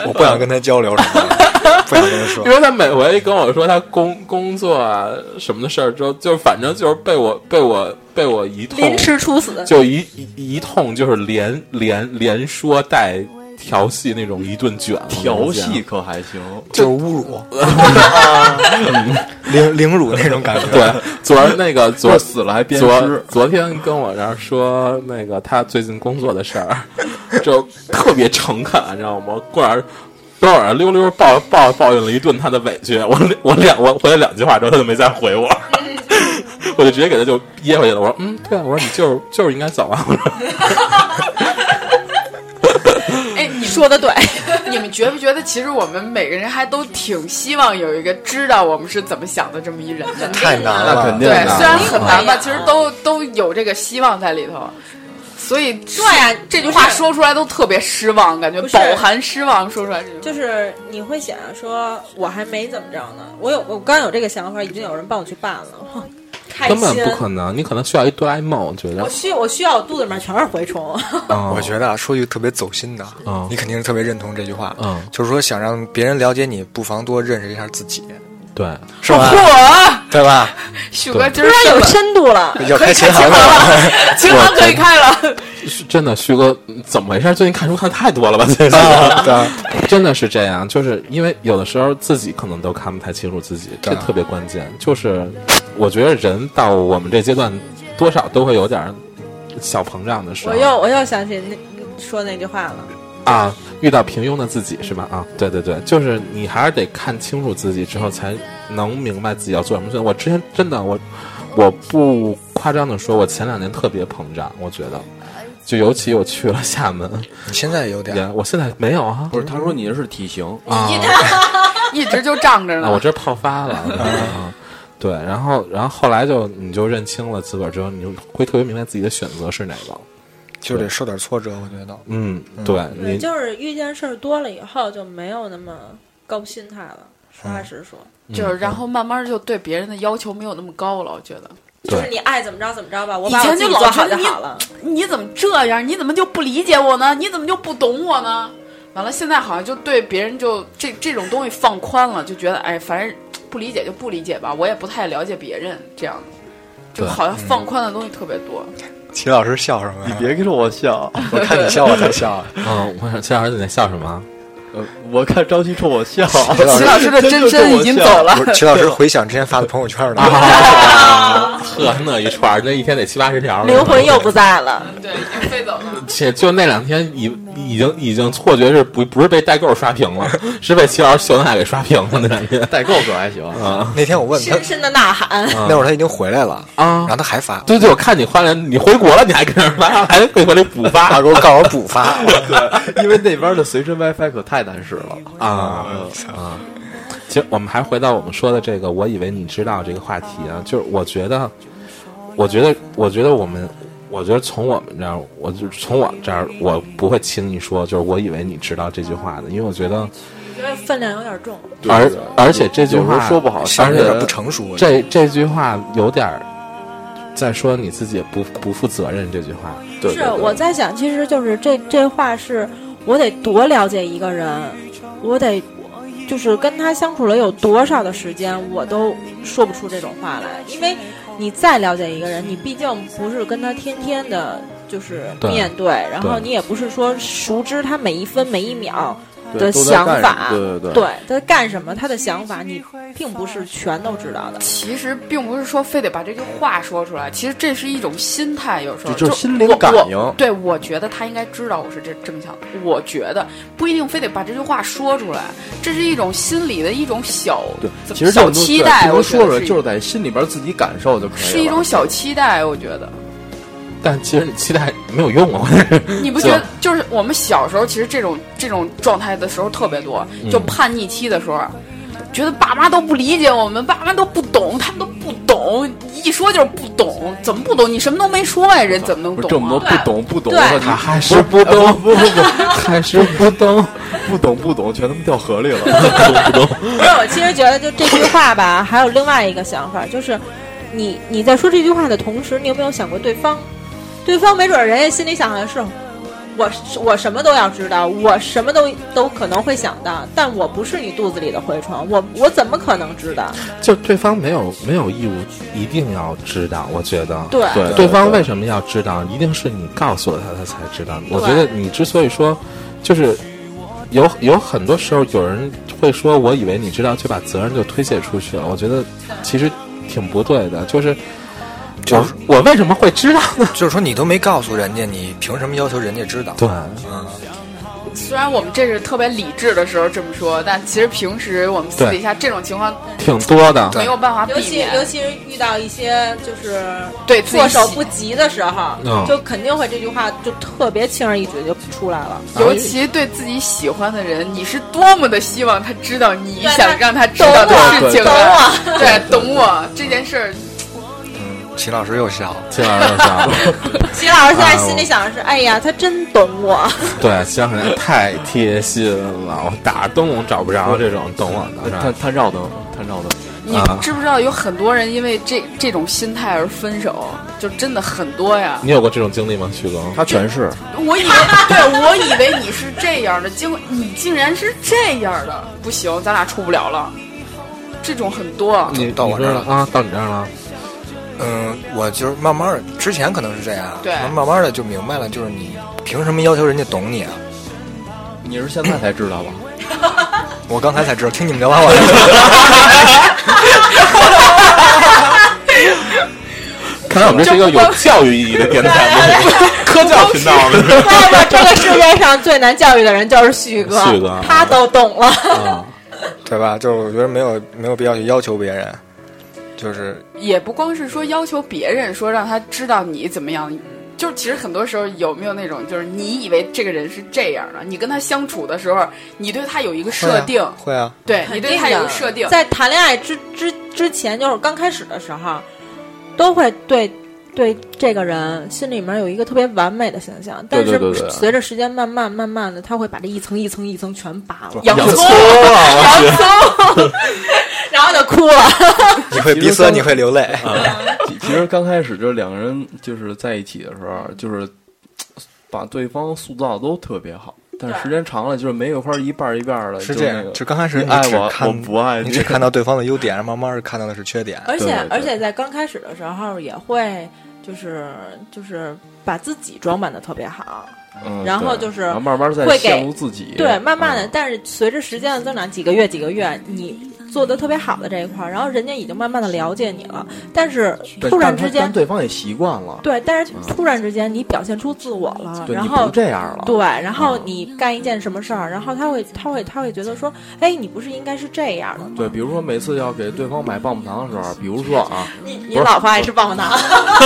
[SPEAKER 5] 我不想跟他交流什么的，不想跟他说
[SPEAKER 6] 因。为他每回跟我说他工工作啊什么的事儿之后，就反正就是被我被我被我一通
[SPEAKER 8] 临吃处死。
[SPEAKER 6] 就一一一通就是连连连说带调戏那种一顿卷，
[SPEAKER 7] 调戏可还行，
[SPEAKER 5] 就是侮辱，凌凌辱那种感觉。
[SPEAKER 6] 对，昨儿那 个昨
[SPEAKER 7] 做死了还鞭
[SPEAKER 6] 昨
[SPEAKER 7] 尸，
[SPEAKER 6] 昨天跟我这儿说那个他最近工作的事儿，就特别诚恳，你知道吗？过两昨晚上溜溜抱抱抱怨了一顿他的委屈，我我两我回了两句话之后，他就没再回我，我就直接给他就噎回去了。我说嗯，对啊，我说你就是就是应该走啊。我说
[SPEAKER 3] 哎，你说
[SPEAKER 8] 说的 对，
[SPEAKER 3] 你们觉不觉得，其实我们每个人还都挺希望有一个知道我们是怎么想的这么 一人的。
[SPEAKER 5] 太难了，
[SPEAKER 7] 那肯定
[SPEAKER 3] 对，
[SPEAKER 7] 的。
[SPEAKER 3] 虽然很难吧，
[SPEAKER 8] 嗯
[SPEAKER 3] 其实都都有这个希望在里头。所以对啊
[SPEAKER 8] 呀
[SPEAKER 3] 这句
[SPEAKER 8] 不是
[SPEAKER 3] 话说出来都特别失望，感觉
[SPEAKER 8] 不是
[SPEAKER 3] 饱含失望。说出来这句话
[SPEAKER 8] 就是你会想啊说，我还没怎么着呢，我有我刚有这个想法，已经有人帮我去办了， 哼开
[SPEAKER 6] 根
[SPEAKER 8] 心
[SPEAKER 6] 本。不可能，你可能需要一哆啦 A 梦，我觉得
[SPEAKER 8] 我需我需要我肚子里面全是 蛔虫，
[SPEAKER 6] 啊，
[SPEAKER 5] 我觉得啊，说句特别走心的，啊
[SPEAKER 6] 嗯
[SPEAKER 5] 你肯定是特别认同这句话，
[SPEAKER 6] 嗯
[SPEAKER 5] 就是说想让别人了解你，不妨多认识一下自己，
[SPEAKER 6] 对，
[SPEAKER 5] 是 吧？ 对吧？
[SPEAKER 3] 许哥今儿
[SPEAKER 8] 突然有
[SPEAKER 3] 上
[SPEAKER 8] 深度了。
[SPEAKER 6] 哎
[SPEAKER 5] 要开琴行了，
[SPEAKER 3] 了琴行可以开 了，
[SPEAKER 6] 是真的，旭哥怎么回事？最近看书看太多了吧？最近。
[SPEAKER 5] 啊 对，
[SPEAKER 6] 真的是这样，就是因为有的时候自己可能都看不太清楚自己，这
[SPEAKER 5] 对啊
[SPEAKER 6] 特别关键。就是我觉得人到我们这阶段，多少都会有点儿小膨胀的时
[SPEAKER 8] 我
[SPEAKER 6] 候
[SPEAKER 8] 又我又想起那说那句话了，
[SPEAKER 6] 啊，遇到平庸的自己是吧？啊，对对对，就是你还是得看清楚自己之后，才能明白自己要做什么事。我之前真的我我不夸张的说，我前两年特别膨胀，我觉得，就尤其我去了厦门，
[SPEAKER 5] 你现在有
[SPEAKER 6] 也
[SPEAKER 5] 点，
[SPEAKER 6] 我现在没有啊，
[SPEAKER 7] 不是，他说你这是体型，
[SPEAKER 6] 啊。
[SPEAKER 3] 一直就胀着
[SPEAKER 6] 啊，我
[SPEAKER 3] 呢。
[SPEAKER 6] 这泡发了。啊对，然后，然后后来就你就认清了自个儿之后，你就会特别明白自己的选择是哪个。
[SPEAKER 5] 就得受点挫折，我觉得。
[SPEAKER 6] 嗯，对
[SPEAKER 8] 对，
[SPEAKER 6] 你
[SPEAKER 8] 就是遇见事儿多了以后就没有那么高心态了。实话实说，
[SPEAKER 3] 就是然后慢慢就对别人的要求没有那么高了。我觉得
[SPEAKER 8] 就是
[SPEAKER 6] 对
[SPEAKER 8] 你爱怎么着怎么着吧，我
[SPEAKER 3] 以
[SPEAKER 8] 把我
[SPEAKER 3] 前
[SPEAKER 8] 自
[SPEAKER 3] 就
[SPEAKER 8] 己
[SPEAKER 3] 老
[SPEAKER 8] 做
[SPEAKER 3] 觉
[SPEAKER 8] 好
[SPEAKER 3] 得
[SPEAKER 8] 就
[SPEAKER 3] 你
[SPEAKER 8] 好了。
[SPEAKER 3] 你怎么这样？你怎么就不理解我呢？你怎么就不懂我呢？完了，现在好像就对别人就这这种东西放宽了，就觉得哎，反正不理解就不理解吧，我也不太了解别人这样的。就
[SPEAKER 6] 对
[SPEAKER 3] 好像放宽的东西特别多，
[SPEAKER 5] 齐老师笑什么
[SPEAKER 7] 你
[SPEAKER 5] 呀？
[SPEAKER 7] 别跟我笑。
[SPEAKER 5] 我看你笑我才 笑。啊
[SPEAKER 6] 嗯，我想，这老师你在笑什么？
[SPEAKER 7] 呃， 我看张曦冲我笑，
[SPEAKER 3] 齐老师的真身已经走了
[SPEAKER 5] 不是齐老师回想之前发的朋友圈呢，
[SPEAKER 6] 啊 呵，那一串儿，那一天得七八十条儿。
[SPEAKER 8] 灵魂又不在 了，
[SPEAKER 3] 对，已经飞走了。
[SPEAKER 6] 且就那两天已已经已经错觉是不不是被代购刷屏了，是被齐老师秀恩爱给刷屏了那两天。
[SPEAKER 7] 代购可还行。
[SPEAKER 6] 啊
[SPEAKER 5] 那天我问他
[SPEAKER 8] 深，深的呐喊。
[SPEAKER 5] 那会儿他已经回来了，
[SPEAKER 6] 啊
[SPEAKER 5] 然！后他还发，
[SPEAKER 6] 对对，我看你花莲，你回国了，你还跟人发，还会回来补
[SPEAKER 5] 他
[SPEAKER 6] 发
[SPEAKER 5] 给我告诉我补发，
[SPEAKER 7] 对，因为那边的随身 WiFi 可太难使了。
[SPEAKER 6] 啊！
[SPEAKER 7] 嗯哦
[SPEAKER 6] 其实我们还回到我们说的这个，我以为你知道这个话题啊，就是我觉得，我觉得，我觉得我们，我觉得从我们这儿，我就从我这儿，我不会轻易说，就是我以为你知道这句话的，因为我觉得，
[SPEAKER 8] 觉得分量有点重。
[SPEAKER 7] 对
[SPEAKER 6] 而
[SPEAKER 7] 对
[SPEAKER 6] 而且这句
[SPEAKER 7] 有时
[SPEAKER 6] 话
[SPEAKER 7] 候说不好，
[SPEAKER 5] 稍
[SPEAKER 6] 而
[SPEAKER 5] 微
[SPEAKER 6] 且
[SPEAKER 5] 有点不成熟。我觉得
[SPEAKER 6] 这这句话有点儿在说你自己也不不负责任。这句话，
[SPEAKER 7] 对
[SPEAKER 8] 是我在想，其实就是这这话是我得多了解一个人，我得就是跟他相处了有多少的时间，我都说不出这种话来，因为你再了解一个人，你毕竟不是跟他天天的。就是
[SPEAKER 6] 对
[SPEAKER 8] 面对，然后
[SPEAKER 6] 对
[SPEAKER 8] 你也不是说熟知他每一分每一秒
[SPEAKER 7] 对
[SPEAKER 8] 的
[SPEAKER 7] 都在
[SPEAKER 8] 想
[SPEAKER 7] 干
[SPEAKER 8] 法
[SPEAKER 7] 对对对
[SPEAKER 8] 对他在干什么，他的想法你并不是全都知道的。
[SPEAKER 3] 其实并不是说非得把这个话说出来，其实这是一种心态，有时候
[SPEAKER 7] 就就是心灵
[SPEAKER 3] 我
[SPEAKER 7] 感
[SPEAKER 3] 我
[SPEAKER 7] 应
[SPEAKER 3] 对，我觉得他应该知道我是这正想，我觉得不一定非得把这句话说出来，这是一种心理的一种小
[SPEAKER 7] 对，
[SPEAKER 3] 怎么
[SPEAKER 7] 其实这
[SPEAKER 3] 小
[SPEAKER 7] 种东西
[SPEAKER 3] 期
[SPEAKER 7] 对
[SPEAKER 3] 待，
[SPEAKER 7] 不
[SPEAKER 3] 我
[SPEAKER 7] 用
[SPEAKER 3] 觉得
[SPEAKER 7] 说出来，
[SPEAKER 3] 是一
[SPEAKER 7] 就是在心里边自己感受就可以了。
[SPEAKER 3] 是一种小期待，我觉得。
[SPEAKER 6] 但其实你期待没有用啊。
[SPEAKER 3] 你不觉得就是我们小时候，其实这种这种状态的时候特别多，
[SPEAKER 7] 嗯
[SPEAKER 3] 就叛逆期的时候，觉得爸妈都不理解我们，爸妈都不懂，他们都不懂，一说就是不懂，怎么不懂？你什么都没说呀，人怎么能
[SPEAKER 7] 不是
[SPEAKER 3] 懂、啊？
[SPEAKER 7] 这么多不懂不懂，
[SPEAKER 8] 对
[SPEAKER 7] 我
[SPEAKER 6] 他
[SPEAKER 7] 操
[SPEAKER 6] 还是不懂，
[SPEAKER 7] 不不不
[SPEAKER 6] 还是不懂。
[SPEAKER 7] 不懂不懂，全他妈掉河里了。
[SPEAKER 8] 不是，我其实觉得就这句话吧，还有另外一个想法，就是你你在说这句话的同时，你有没有想过对方？对方没准儿人家心里想的是，我我什么都要知道，我什么都都可能会想到，但我不是你肚子里的蛔虫，我我怎么可能知道？
[SPEAKER 6] 就对方没有没有义务一定要知道，我觉得。
[SPEAKER 8] 对，
[SPEAKER 7] 对
[SPEAKER 6] 对方为什么要知道？一定是你告诉了他，他才知道。我觉得你之所以说，就是有有很多时候有人会说，我以为你知道，就把责任就推卸出去了。我觉得其实挺不对的，就是。
[SPEAKER 5] 就
[SPEAKER 6] 我
[SPEAKER 5] 是
[SPEAKER 6] 我为什么会知道呢？
[SPEAKER 5] 就是说你都没告诉人家，你凭什么要求人家知道？
[SPEAKER 6] 对，
[SPEAKER 5] 嗯，
[SPEAKER 3] 虽然我们这是特别理智的时候这么说，但其实平时我们私底下这种情况
[SPEAKER 6] 挺多的。
[SPEAKER 5] 对
[SPEAKER 3] 没有办法
[SPEAKER 8] 尤
[SPEAKER 3] 避
[SPEAKER 8] 其尤
[SPEAKER 3] 免。
[SPEAKER 8] 其是遇到一些就是
[SPEAKER 3] 对自己
[SPEAKER 8] 措手不及的时候，
[SPEAKER 6] 嗯
[SPEAKER 8] 就肯定会这句话就特别轻而易举就出来了。
[SPEAKER 3] 尤其对自己喜欢的人，你是多么的希望他知道你
[SPEAKER 8] 对
[SPEAKER 3] 想
[SPEAKER 8] 他
[SPEAKER 3] 让他知
[SPEAKER 8] 懂
[SPEAKER 3] 道的
[SPEAKER 8] 我
[SPEAKER 3] 事情
[SPEAKER 8] 懂
[SPEAKER 3] 啊，
[SPEAKER 8] 我。
[SPEAKER 3] 对，懂我这件事儿，
[SPEAKER 5] 秦老师又笑了。
[SPEAKER 6] 这样的，
[SPEAKER 8] 齐老师现在心里想的是，哎呀，他真懂我。
[SPEAKER 6] 对，想想太贴心了，我打洞找不着这种，懂我 的
[SPEAKER 7] 他
[SPEAKER 6] 是吧？
[SPEAKER 7] 他绕灯，他绕灯。
[SPEAKER 3] 你
[SPEAKER 6] 啊
[SPEAKER 3] 知不知道有很多人因为这这种心态而分手，就真的很多呀。
[SPEAKER 6] 你有过这种经历吗，徐龙？
[SPEAKER 7] 他全是，
[SPEAKER 3] 我以为对，我以为你是这样的，结果你竟然是这样的，不行，咱俩处不了了。这种很多，
[SPEAKER 6] 你
[SPEAKER 5] 到我
[SPEAKER 6] 你
[SPEAKER 5] 这儿
[SPEAKER 6] 说
[SPEAKER 5] 了
[SPEAKER 6] 啊，到你这儿了。
[SPEAKER 5] 嗯，我就是慢慢的，之前可能是这样，
[SPEAKER 3] 对
[SPEAKER 5] 慢慢的就明白了，就是你凭什么要求人家懂你啊？
[SPEAKER 7] 你是现在才知道吧？
[SPEAKER 5] 我刚才才知道，听你们聊完我才知道。
[SPEAKER 6] 看来我们这是一个有教育意义的电台， 科教频道 了。
[SPEAKER 8] 对吧？这个世界上最难教育的人就是旭哥，
[SPEAKER 6] 旭
[SPEAKER 7] 啊
[SPEAKER 6] 哥
[SPEAKER 8] 他都懂了。
[SPEAKER 5] 对吧？就是我觉得没有没有必要去要求别人，就是
[SPEAKER 3] 也不光是说要求别人说让他知道你怎么样，就是其实很多时候有没有那种，就是你以为这个人是这样的，你跟他相处的时候，你对他有一个设定，
[SPEAKER 5] 会 啊，
[SPEAKER 3] 对你对 他有一个设定，
[SPEAKER 8] 在谈恋爱之之之前，就是刚开始的时候，都会对对这个人心里面有一个特别完美的形象，但
[SPEAKER 7] 对
[SPEAKER 8] 是
[SPEAKER 7] 对对对
[SPEAKER 8] 随着时间慢慢慢慢的，他会把这一层一层一层全拔了，
[SPEAKER 3] 洋
[SPEAKER 6] 洋
[SPEAKER 3] 葱
[SPEAKER 6] 葱啊，我去，
[SPEAKER 8] 然后就哭了。
[SPEAKER 5] 你会鼻塞，你会流泪。
[SPEAKER 7] 啊其其实刚开始就是两个人就是在一起的时候，啊就是嘖把对方塑造得都特别好，但是时间长了就是没有块儿一半儿一半儿 了。
[SPEAKER 5] 是
[SPEAKER 7] 就
[SPEAKER 5] 这
[SPEAKER 7] 那
[SPEAKER 5] 样，
[SPEAKER 7] 个
[SPEAKER 5] 就刚开始
[SPEAKER 7] 你
[SPEAKER 5] 你
[SPEAKER 7] 爱
[SPEAKER 5] 只
[SPEAKER 7] 我，
[SPEAKER 5] 看
[SPEAKER 7] 我不爱
[SPEAKER 5] 你只看到对方的优点，慢慢的看到的是 缺点。
[SPEAKER 8] 而且
[SPEAKER 7] 对对
[SPEAKER 8] 而
[SPEAKER 7] 对
[SPEAKER 8] 且在刚开始的时候也会就是就是把自己装扮的特别好，
[SPEAKER 7] 嗯
[SPEAKER 8] 然后
[SPEAKER 7] 对
[SPEAKER 8] 就是
[SPEAKER 7] 然后慢慢再
[SPEAKER 8] 会给
[SPEAKER 7] 陷入自己，
[SPEAKER 8] 对，慢慢的，
[SPEAKER 7] 嗯
[SPEAKER 8] 但是随着时间的增长，几个月几个月，你做的特别好的这一块儿，然后人家已经慢慢的了解你了，但是
[SPEAKER 7] 对
[SPEAKER 8] 突然
[SPEAKER 7] 但他
[SPEAKER 8] 之间
[SPEAKER 7] 但，对方也习惯了，
[SPEAKER 8] 对，但是突然之间你表现出自我了，
[SPEAKER 7] 对，
[SPEAKER 8] 然
[SPEAKER 7] 你不嗯
[SPEAKER 8] 后。
[SPEAKER 7] 这样了，
[SPEAKER 8] 对，然后你干一件什么事儿，然后他会，他会，他会觉得说，哎，你不是应该是这样的吗？
[SPEAKER 7] 对，比如说每次要给对方买棒棒糖的时候，比如说啊，
[SPEAKER 8] 你你老婆爱吃棒棒糖，
[SPEAKER 7] 不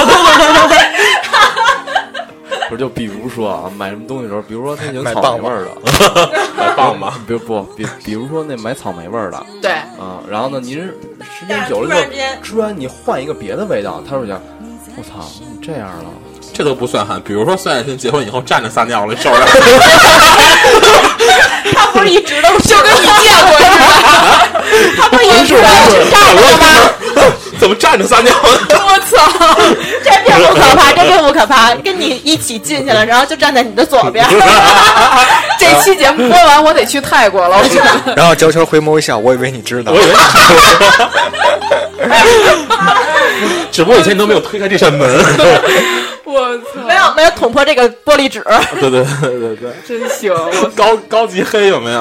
[SPEAKER 7] 是就比如说啊，买什么东西的时候，比如说那有
[SPEAKER 5] 买
[SPEAKER 7] 草
[SPEAKER 5] 棒
[SPEAKER 7] 莓
[SPEAKER 5] 棒
[SPEAKER 7] 味儿的，买棒棒，比如不比，比如说那买草莓味儿的
[SPEAKER 3] 对。
[SPEAKER 7] 啊，然后呢，您时
[SPEAKER 8] 但
[SPEAKER 7] 间
[SPEAKER 8] 是
[SPEAKER 7] 久
[SPEAKER 8] 突
[SPEAKER 7] 了
[SPEAKER 8] 然之
[SPEAKER 7] 之后，
[SPEAKER 8] 间，
[SPEAKER 7] 突然你换一个别的味道，他说想哎我操，你这样了，
[SPEAKER 6] 这都不算哈。比如说孙亚欣结婚以后站着撒尿了，受不了。
[SPEAKER 8] 他不是一直都就跟你见过似的， 他不是一直都站着吗？
[SPEAKER 6] 怎么站着撒尿呢？
[SPEAKER 8] 我操，这并不可怕，这并不可怕，跟你一起进去了，然后就站在你的左边。
[SPEAKER 3] 这期节目播完，我得去泰国了。我觉得
[SPEAKER 5] 然后焦圈回眸一笑，我以为你知道
[SPEAKER 6] 我，以为 你只不过以前你都没有推开这扇门。
[SPEAKER 3] 我操，
[SPEAKER 8] 没有没有捅破这个玻璃纸，
[SPEAKER 6] 对对对对对，
[SPEAKER 3] 真行，我
[SPEAKER 6] 高高级黑有没 有？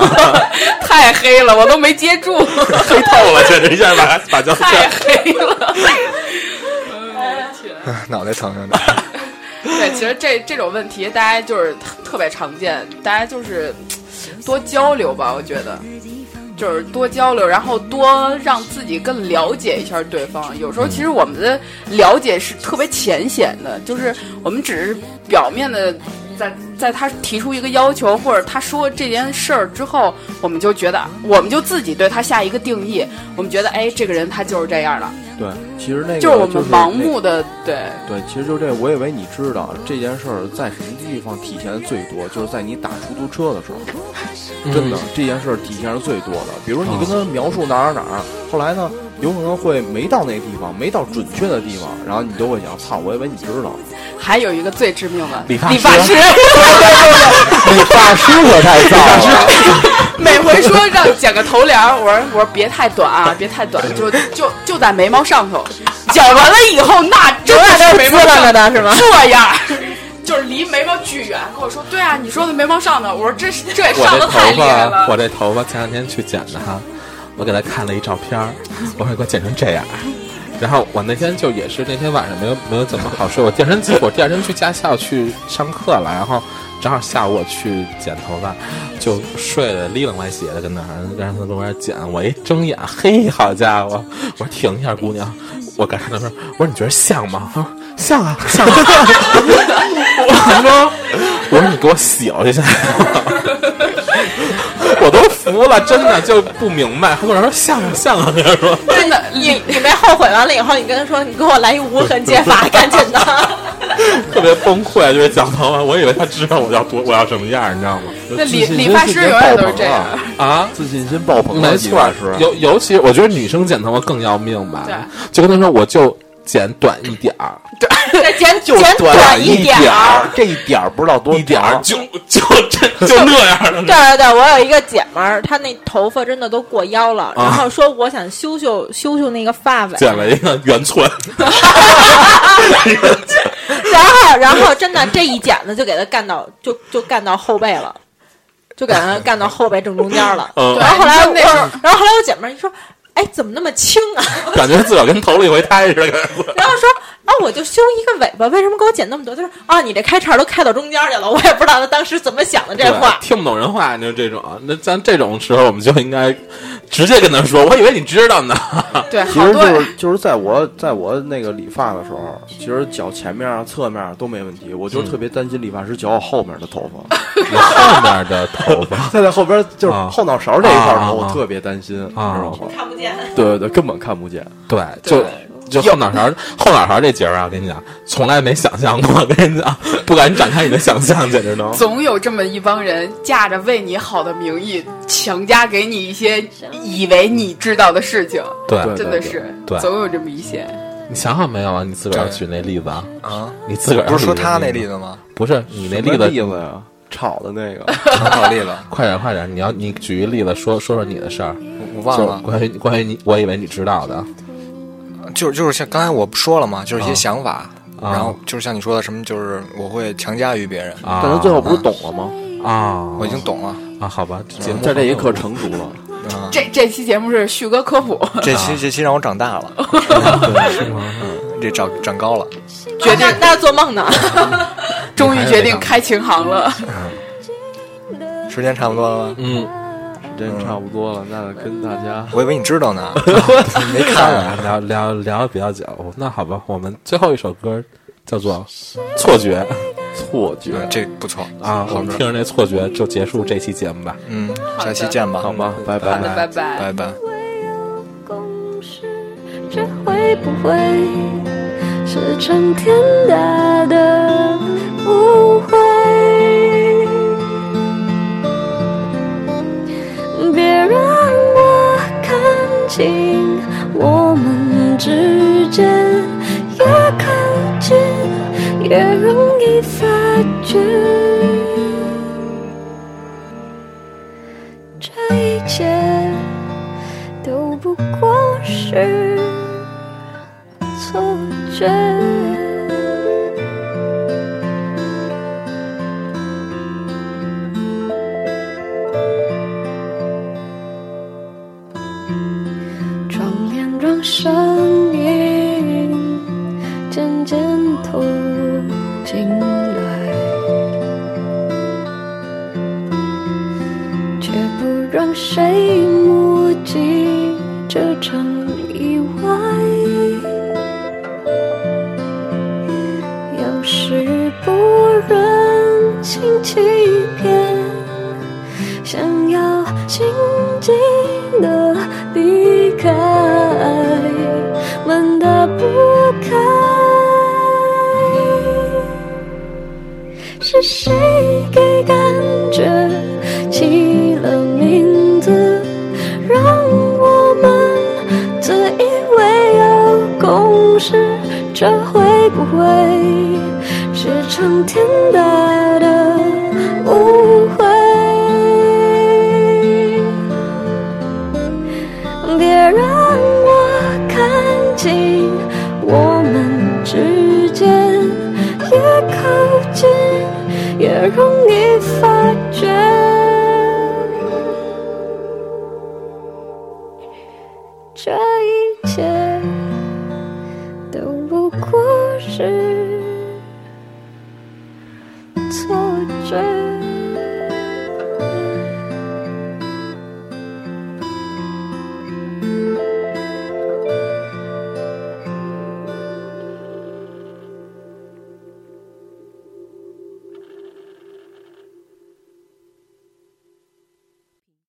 [SPEAKER 3] 太黑了，我都没接住，
[SPEAKER 6] 黑透了，简直一下把把胶
[SPEAKER 3] 太黑了。
[SPEAKER 5] 脑袋疼着 呢。
[SPEAKER 3] 对，其实这这种问题大家就是特别常见，大家就是多交流吧，我觉得。就是多交流，然后多让自己更了解一下对方。有时候其实我们的了解是特别浅显的，就是我们只是表面的在在他提出一个要求或者他说这件事儿之后，我们就觉得我们就自己对他下一个定义，我们觉得哎，这个人他就是这样了，
[SPEAKER 7] 对，其实那个
[SPEAKER 3] 就是我们盲
[SPEAKER 7] 那
[SPEAKER 3] 目的对。
[SPEAKER 7] 对，其实就这，我以为你知道这件事儿在什么地方体现的最多，就是在你打出租车的时候，
[SPEAKER 3] 嗯
[SPEAKER 7] 真的、这件事儿体现是最多的。比如你跟
[SPEAKER 3] 啊
[SPEAKER 7] 他描述哪儿哪儿哪儿，后来呢，有可能会没到那个地方，没到准确的地方，然后你就会想，操，我以为你知道。
[SPEAKER 3] 还有一个最致命的
[SPEAKER 6] 理发
[SPEAKER 3] 理发师，
[SPEAKER 7] 理发师可太造了，
[SPEAKER 3] 每回说让剪个头帘儿，我说我说别太短啊，别太短，就就就在眉毛上头，剪完了以后那真
[SPEAKER 8] 永远
[SPEAKER 3] 的是
[SPEAKER 8] 都是
[SPEAKER 3] 眉
[SPEAKER 8] 滋
[SPEAKER 3] 毛上
[SPEAKER 8] 楞着的是吗？
[SPEAKER 3] 这样 儿。就是离眉毛巨远，跟我说，对啊，你说的眉毛上头，我说这是这也
[SPEAKER 6] 我
[SPEAKER 3] 上
[SPEAKER 6] 这
[SPEAKER 3] 的
[SPEAKER 6] 头
[SPEAKER 3] 太厉害
[SPEAKER 6] 发，我
[SPEAKER 3] 了，
[SPEAKER 6] 这头发前两天去剪的哈，我给他看了一照片儿，我说给我剪成这样。然后我那天就也是那天晚上没有没有怎么好睡，我第二天起我第二天去驾校去上课了，然后正好下午我去剪头发，就睡得哩楞歪斜的跟那儿，让他跟我那儿剪，我一睁眼，嘿，好家伙，我说停一下姑娘，我赶上那边，我说你觉得像吗？她说像啊像啊， 我说我说你给我洗了 一下。我都服了，真的就不明白。他跟我说像啊像啊，跟他 说
[SPEAKER 3] 真的，
[SPEAKER 8] 你你没后悔完了以后，你跟他说你给我来一无痕接发，赶紧的。
[SPEAKER 6] 特别崩溃，就是讲头发，我以为他知道我要多我要什么样，你知道 吗？
[SPEAKER 3] 那理理发师永远都是这样，
[SPEAKER 6] 啊，
[SPEAKER 7] 自信心爆棚了，
[SPEAKER 6] 没
[SPEAKER 7] 理
[SPEAKER 6] 错
[SPEAKER 7] 发师，。
[SPEAKER 6] 尤尤其我觉得女生剪头发更要命吧，
[SPEAKER 3] 对
[SPEAKER 6] 就跟他说我就剪短一点儿，
[SPEAKER 8] 再剪
[SPEAKER 7] 就
[SPEAKER 8] 剪
[SPEAKER 7] 短
[SPEAKER 8] 一
[SPEAKER 7] 点
[SPEAKER 8] 儿。
[SPEAKER 7] 儿， 这一点儿不知道多
[SPEAKER 6] 一点儿
[SPEAKER 7] 短
[SPEAKER 6] 啊就就真就那样了。
[SPEAKER 8] 对对对，我有一个姐们儿，她那头发真的都过腰
[SPEAKER 7] 啊
[SPEAKER 8] 了，然后说我想修修修修那个发 尾，
[SPEAKER 6] 剪了一个圆寸，
[SPEAKER 8] 然后然后真的这一剪子就给她干到就就干到后背了，就给她干到后背正中间了。
[SPEAKER 6] 嗯
[SPEAKER 8] 然后后来
[SPEAKER 3] 对那
[SPEAKER 8] 我，
[SPEAKER 3] 时候
[SPEAKER 8] 然后后来我姐们儿一说，哎，怎么那么轻啊？
[SPEAKER 6] 感觉自个儿跟投了一回胎似的。
[SPEAKER 8] 然后说啊，我就修一个尾巴，为什么给我剪那么多？她说啊，你这开叉都开到中间去了，我也不知道她当时怎么想的这
[SPEAKER 6] 对
[SPEAKER 8] 话。
[SPEAKER 6] 听不懂人话，你就这种。那咱这种时候，我们就应该直接跟他说。我以为你知道呢。
[SPEAKER 3] 对，
[SPEAKER 7] 其
[SPEAKER 3] 好
[SPEAKER 7] 实就
[SPEAKER 3] 多人
[SPEAKER 7] 是就是在我在我那个理发的时候，其实脚前面啊、侧面啊都没问题，我就是特别担心理发师绞我后面的头 发，
[SPEAKER 6] 后面的头发
[SPEAKER 7] 在在后边就是
[SPEAKER 6] 啊
[SPEAKER 7] 后脑勺这一块儿头，
[SPEAKER 6] 啊啊啊
[SPEAKER 7] 我特别担心，你知道吗？
[SPEAKER 8] 看不见，
[SPEAKER 7] 对对对，根本看不见。
[SPEAKER 6] 对，就就后脑勺，后脑勺这节儿啊，我跟你讲，从来没想象过。我跟你讲， 不敢展开你的想象，简直都。
[SPEAKER 3] 总有这么一帮人，驾着为你好的名义，强加给你一些以为你知道的事情，
[SPEAKER 6] 对，
[SPEAKER 7] 对
[SPEAKER 3] 真的是，
[SPEAKER 6] 对
[SPEAKER 3] 总有这么一些。
[SPEAKER 6] 你想好没有啊？你自个儿要举那例子啊？
[SPEAKER 5] 啊，
[SPEAKER 6] 你自个儿要
[SPEAKER 5] 不是说他
[SPEAKER 6] 举那
[SPEAKER 5] 那例
[SPEAKER 6] 子，
[SPEAKER 5] 子吗？
[SPEAKER 6] 不是你那
[SPEAKER 7] 什
[SPEAKER 6] 例
[SPEAKER 7] 么例
[SPEAKER 6] 子。
[SPEAKER 7] 子呀，炒的那个，
[SPEAKER 5] 好例子，
[SPEAKER 6] 快点，快点！你要你举一例子，说说说你的事儿，
[SPEAKER 5] 我我忘
[SPEAKER 6] 就
[SPEAKER 5] 了，
[SPEAKER 6] 关于关于你，我以为你知道的。
[SPEAKER 5] 就是就是像刚才我不说了嘛，就是一些
[SPEAKER 6] 啊
[SPEAKER 5] 想法，
[SPEAKER 6] 啊
[SPEAKER 5] 然后就是像你说的什么，就是我会强加于别人，
[SPEAKER 6] 啊
[SPEAKER 7] 但他最后不是懂了吗？
[SPEAKER 6] 啊，
[SPEAKER 5] 我已经懂了。
[SPEAKER 6] 啊，好吧，节目
[SPEAKER 7] 在这一刻成熟 了，
[SPEAKER 3] 这这期节目是旭哥科普，
[SPEAKER 6] 啊
[SPEAKER 5] 这期这期让我长 大了， 嗯这长长高了。
[SPEAKER 3] 决定
[SPEAKER 8] 那那做梦呢。
[SPEAKER 3] 终于
[SPEAKER 7] 哎
[SPEAKER 3] 决定开琴行了。
[SPEAKER 5] 时间差不多了吗？
[SPEAKER 6] 嗯，
[SPEAKER 7] 这差不多了。那跟大家
[SPEAKER 5] 我以为你知道 呢，没
[SPEAKER 6] 当
[SPEAKER 5] 看啊。
[SPEAKER 6] 然 聊聊聊得比较久，那好吧，我们最后一首歌叫做《错觉
[SPEAKER 7] 错觉，
[SPEAKER 5] 嗯，这不错》
[SPEAKER 6] 啊，我
[SPEAKER 5] 好
[SPEAKER 6] 们
[SPEAKER 5] 歌
[SPEAKER 6] 听。着那错觉就结束这期节目吧。
[SPEAKER 5] 嗯，下期见吧，
[SPEAKER 7] 好吧，拜
[SPEAKER 3] 好
[SPEAKER 7] 嗯拜
[SPEAKER 3] 的，。拜拜
[SPEAKER 5] 拜拜。
[SPEAKER 9] 会有共识，这会不会是成天大的误会。别让我看清我们之间，越靠近越容易发觉，这一切都不过是错觉。窗帘装上影，渐渐透进来，却不让谁目击这场意外。有时不忍心欺骗。想要静静的离开，门打不开，是谁给感觉起了名字，让我们自以为有共识，这会不会是苍天大的误会？别让我看清我们之间，越靠近越容易发觉，这一切都不过是错觉。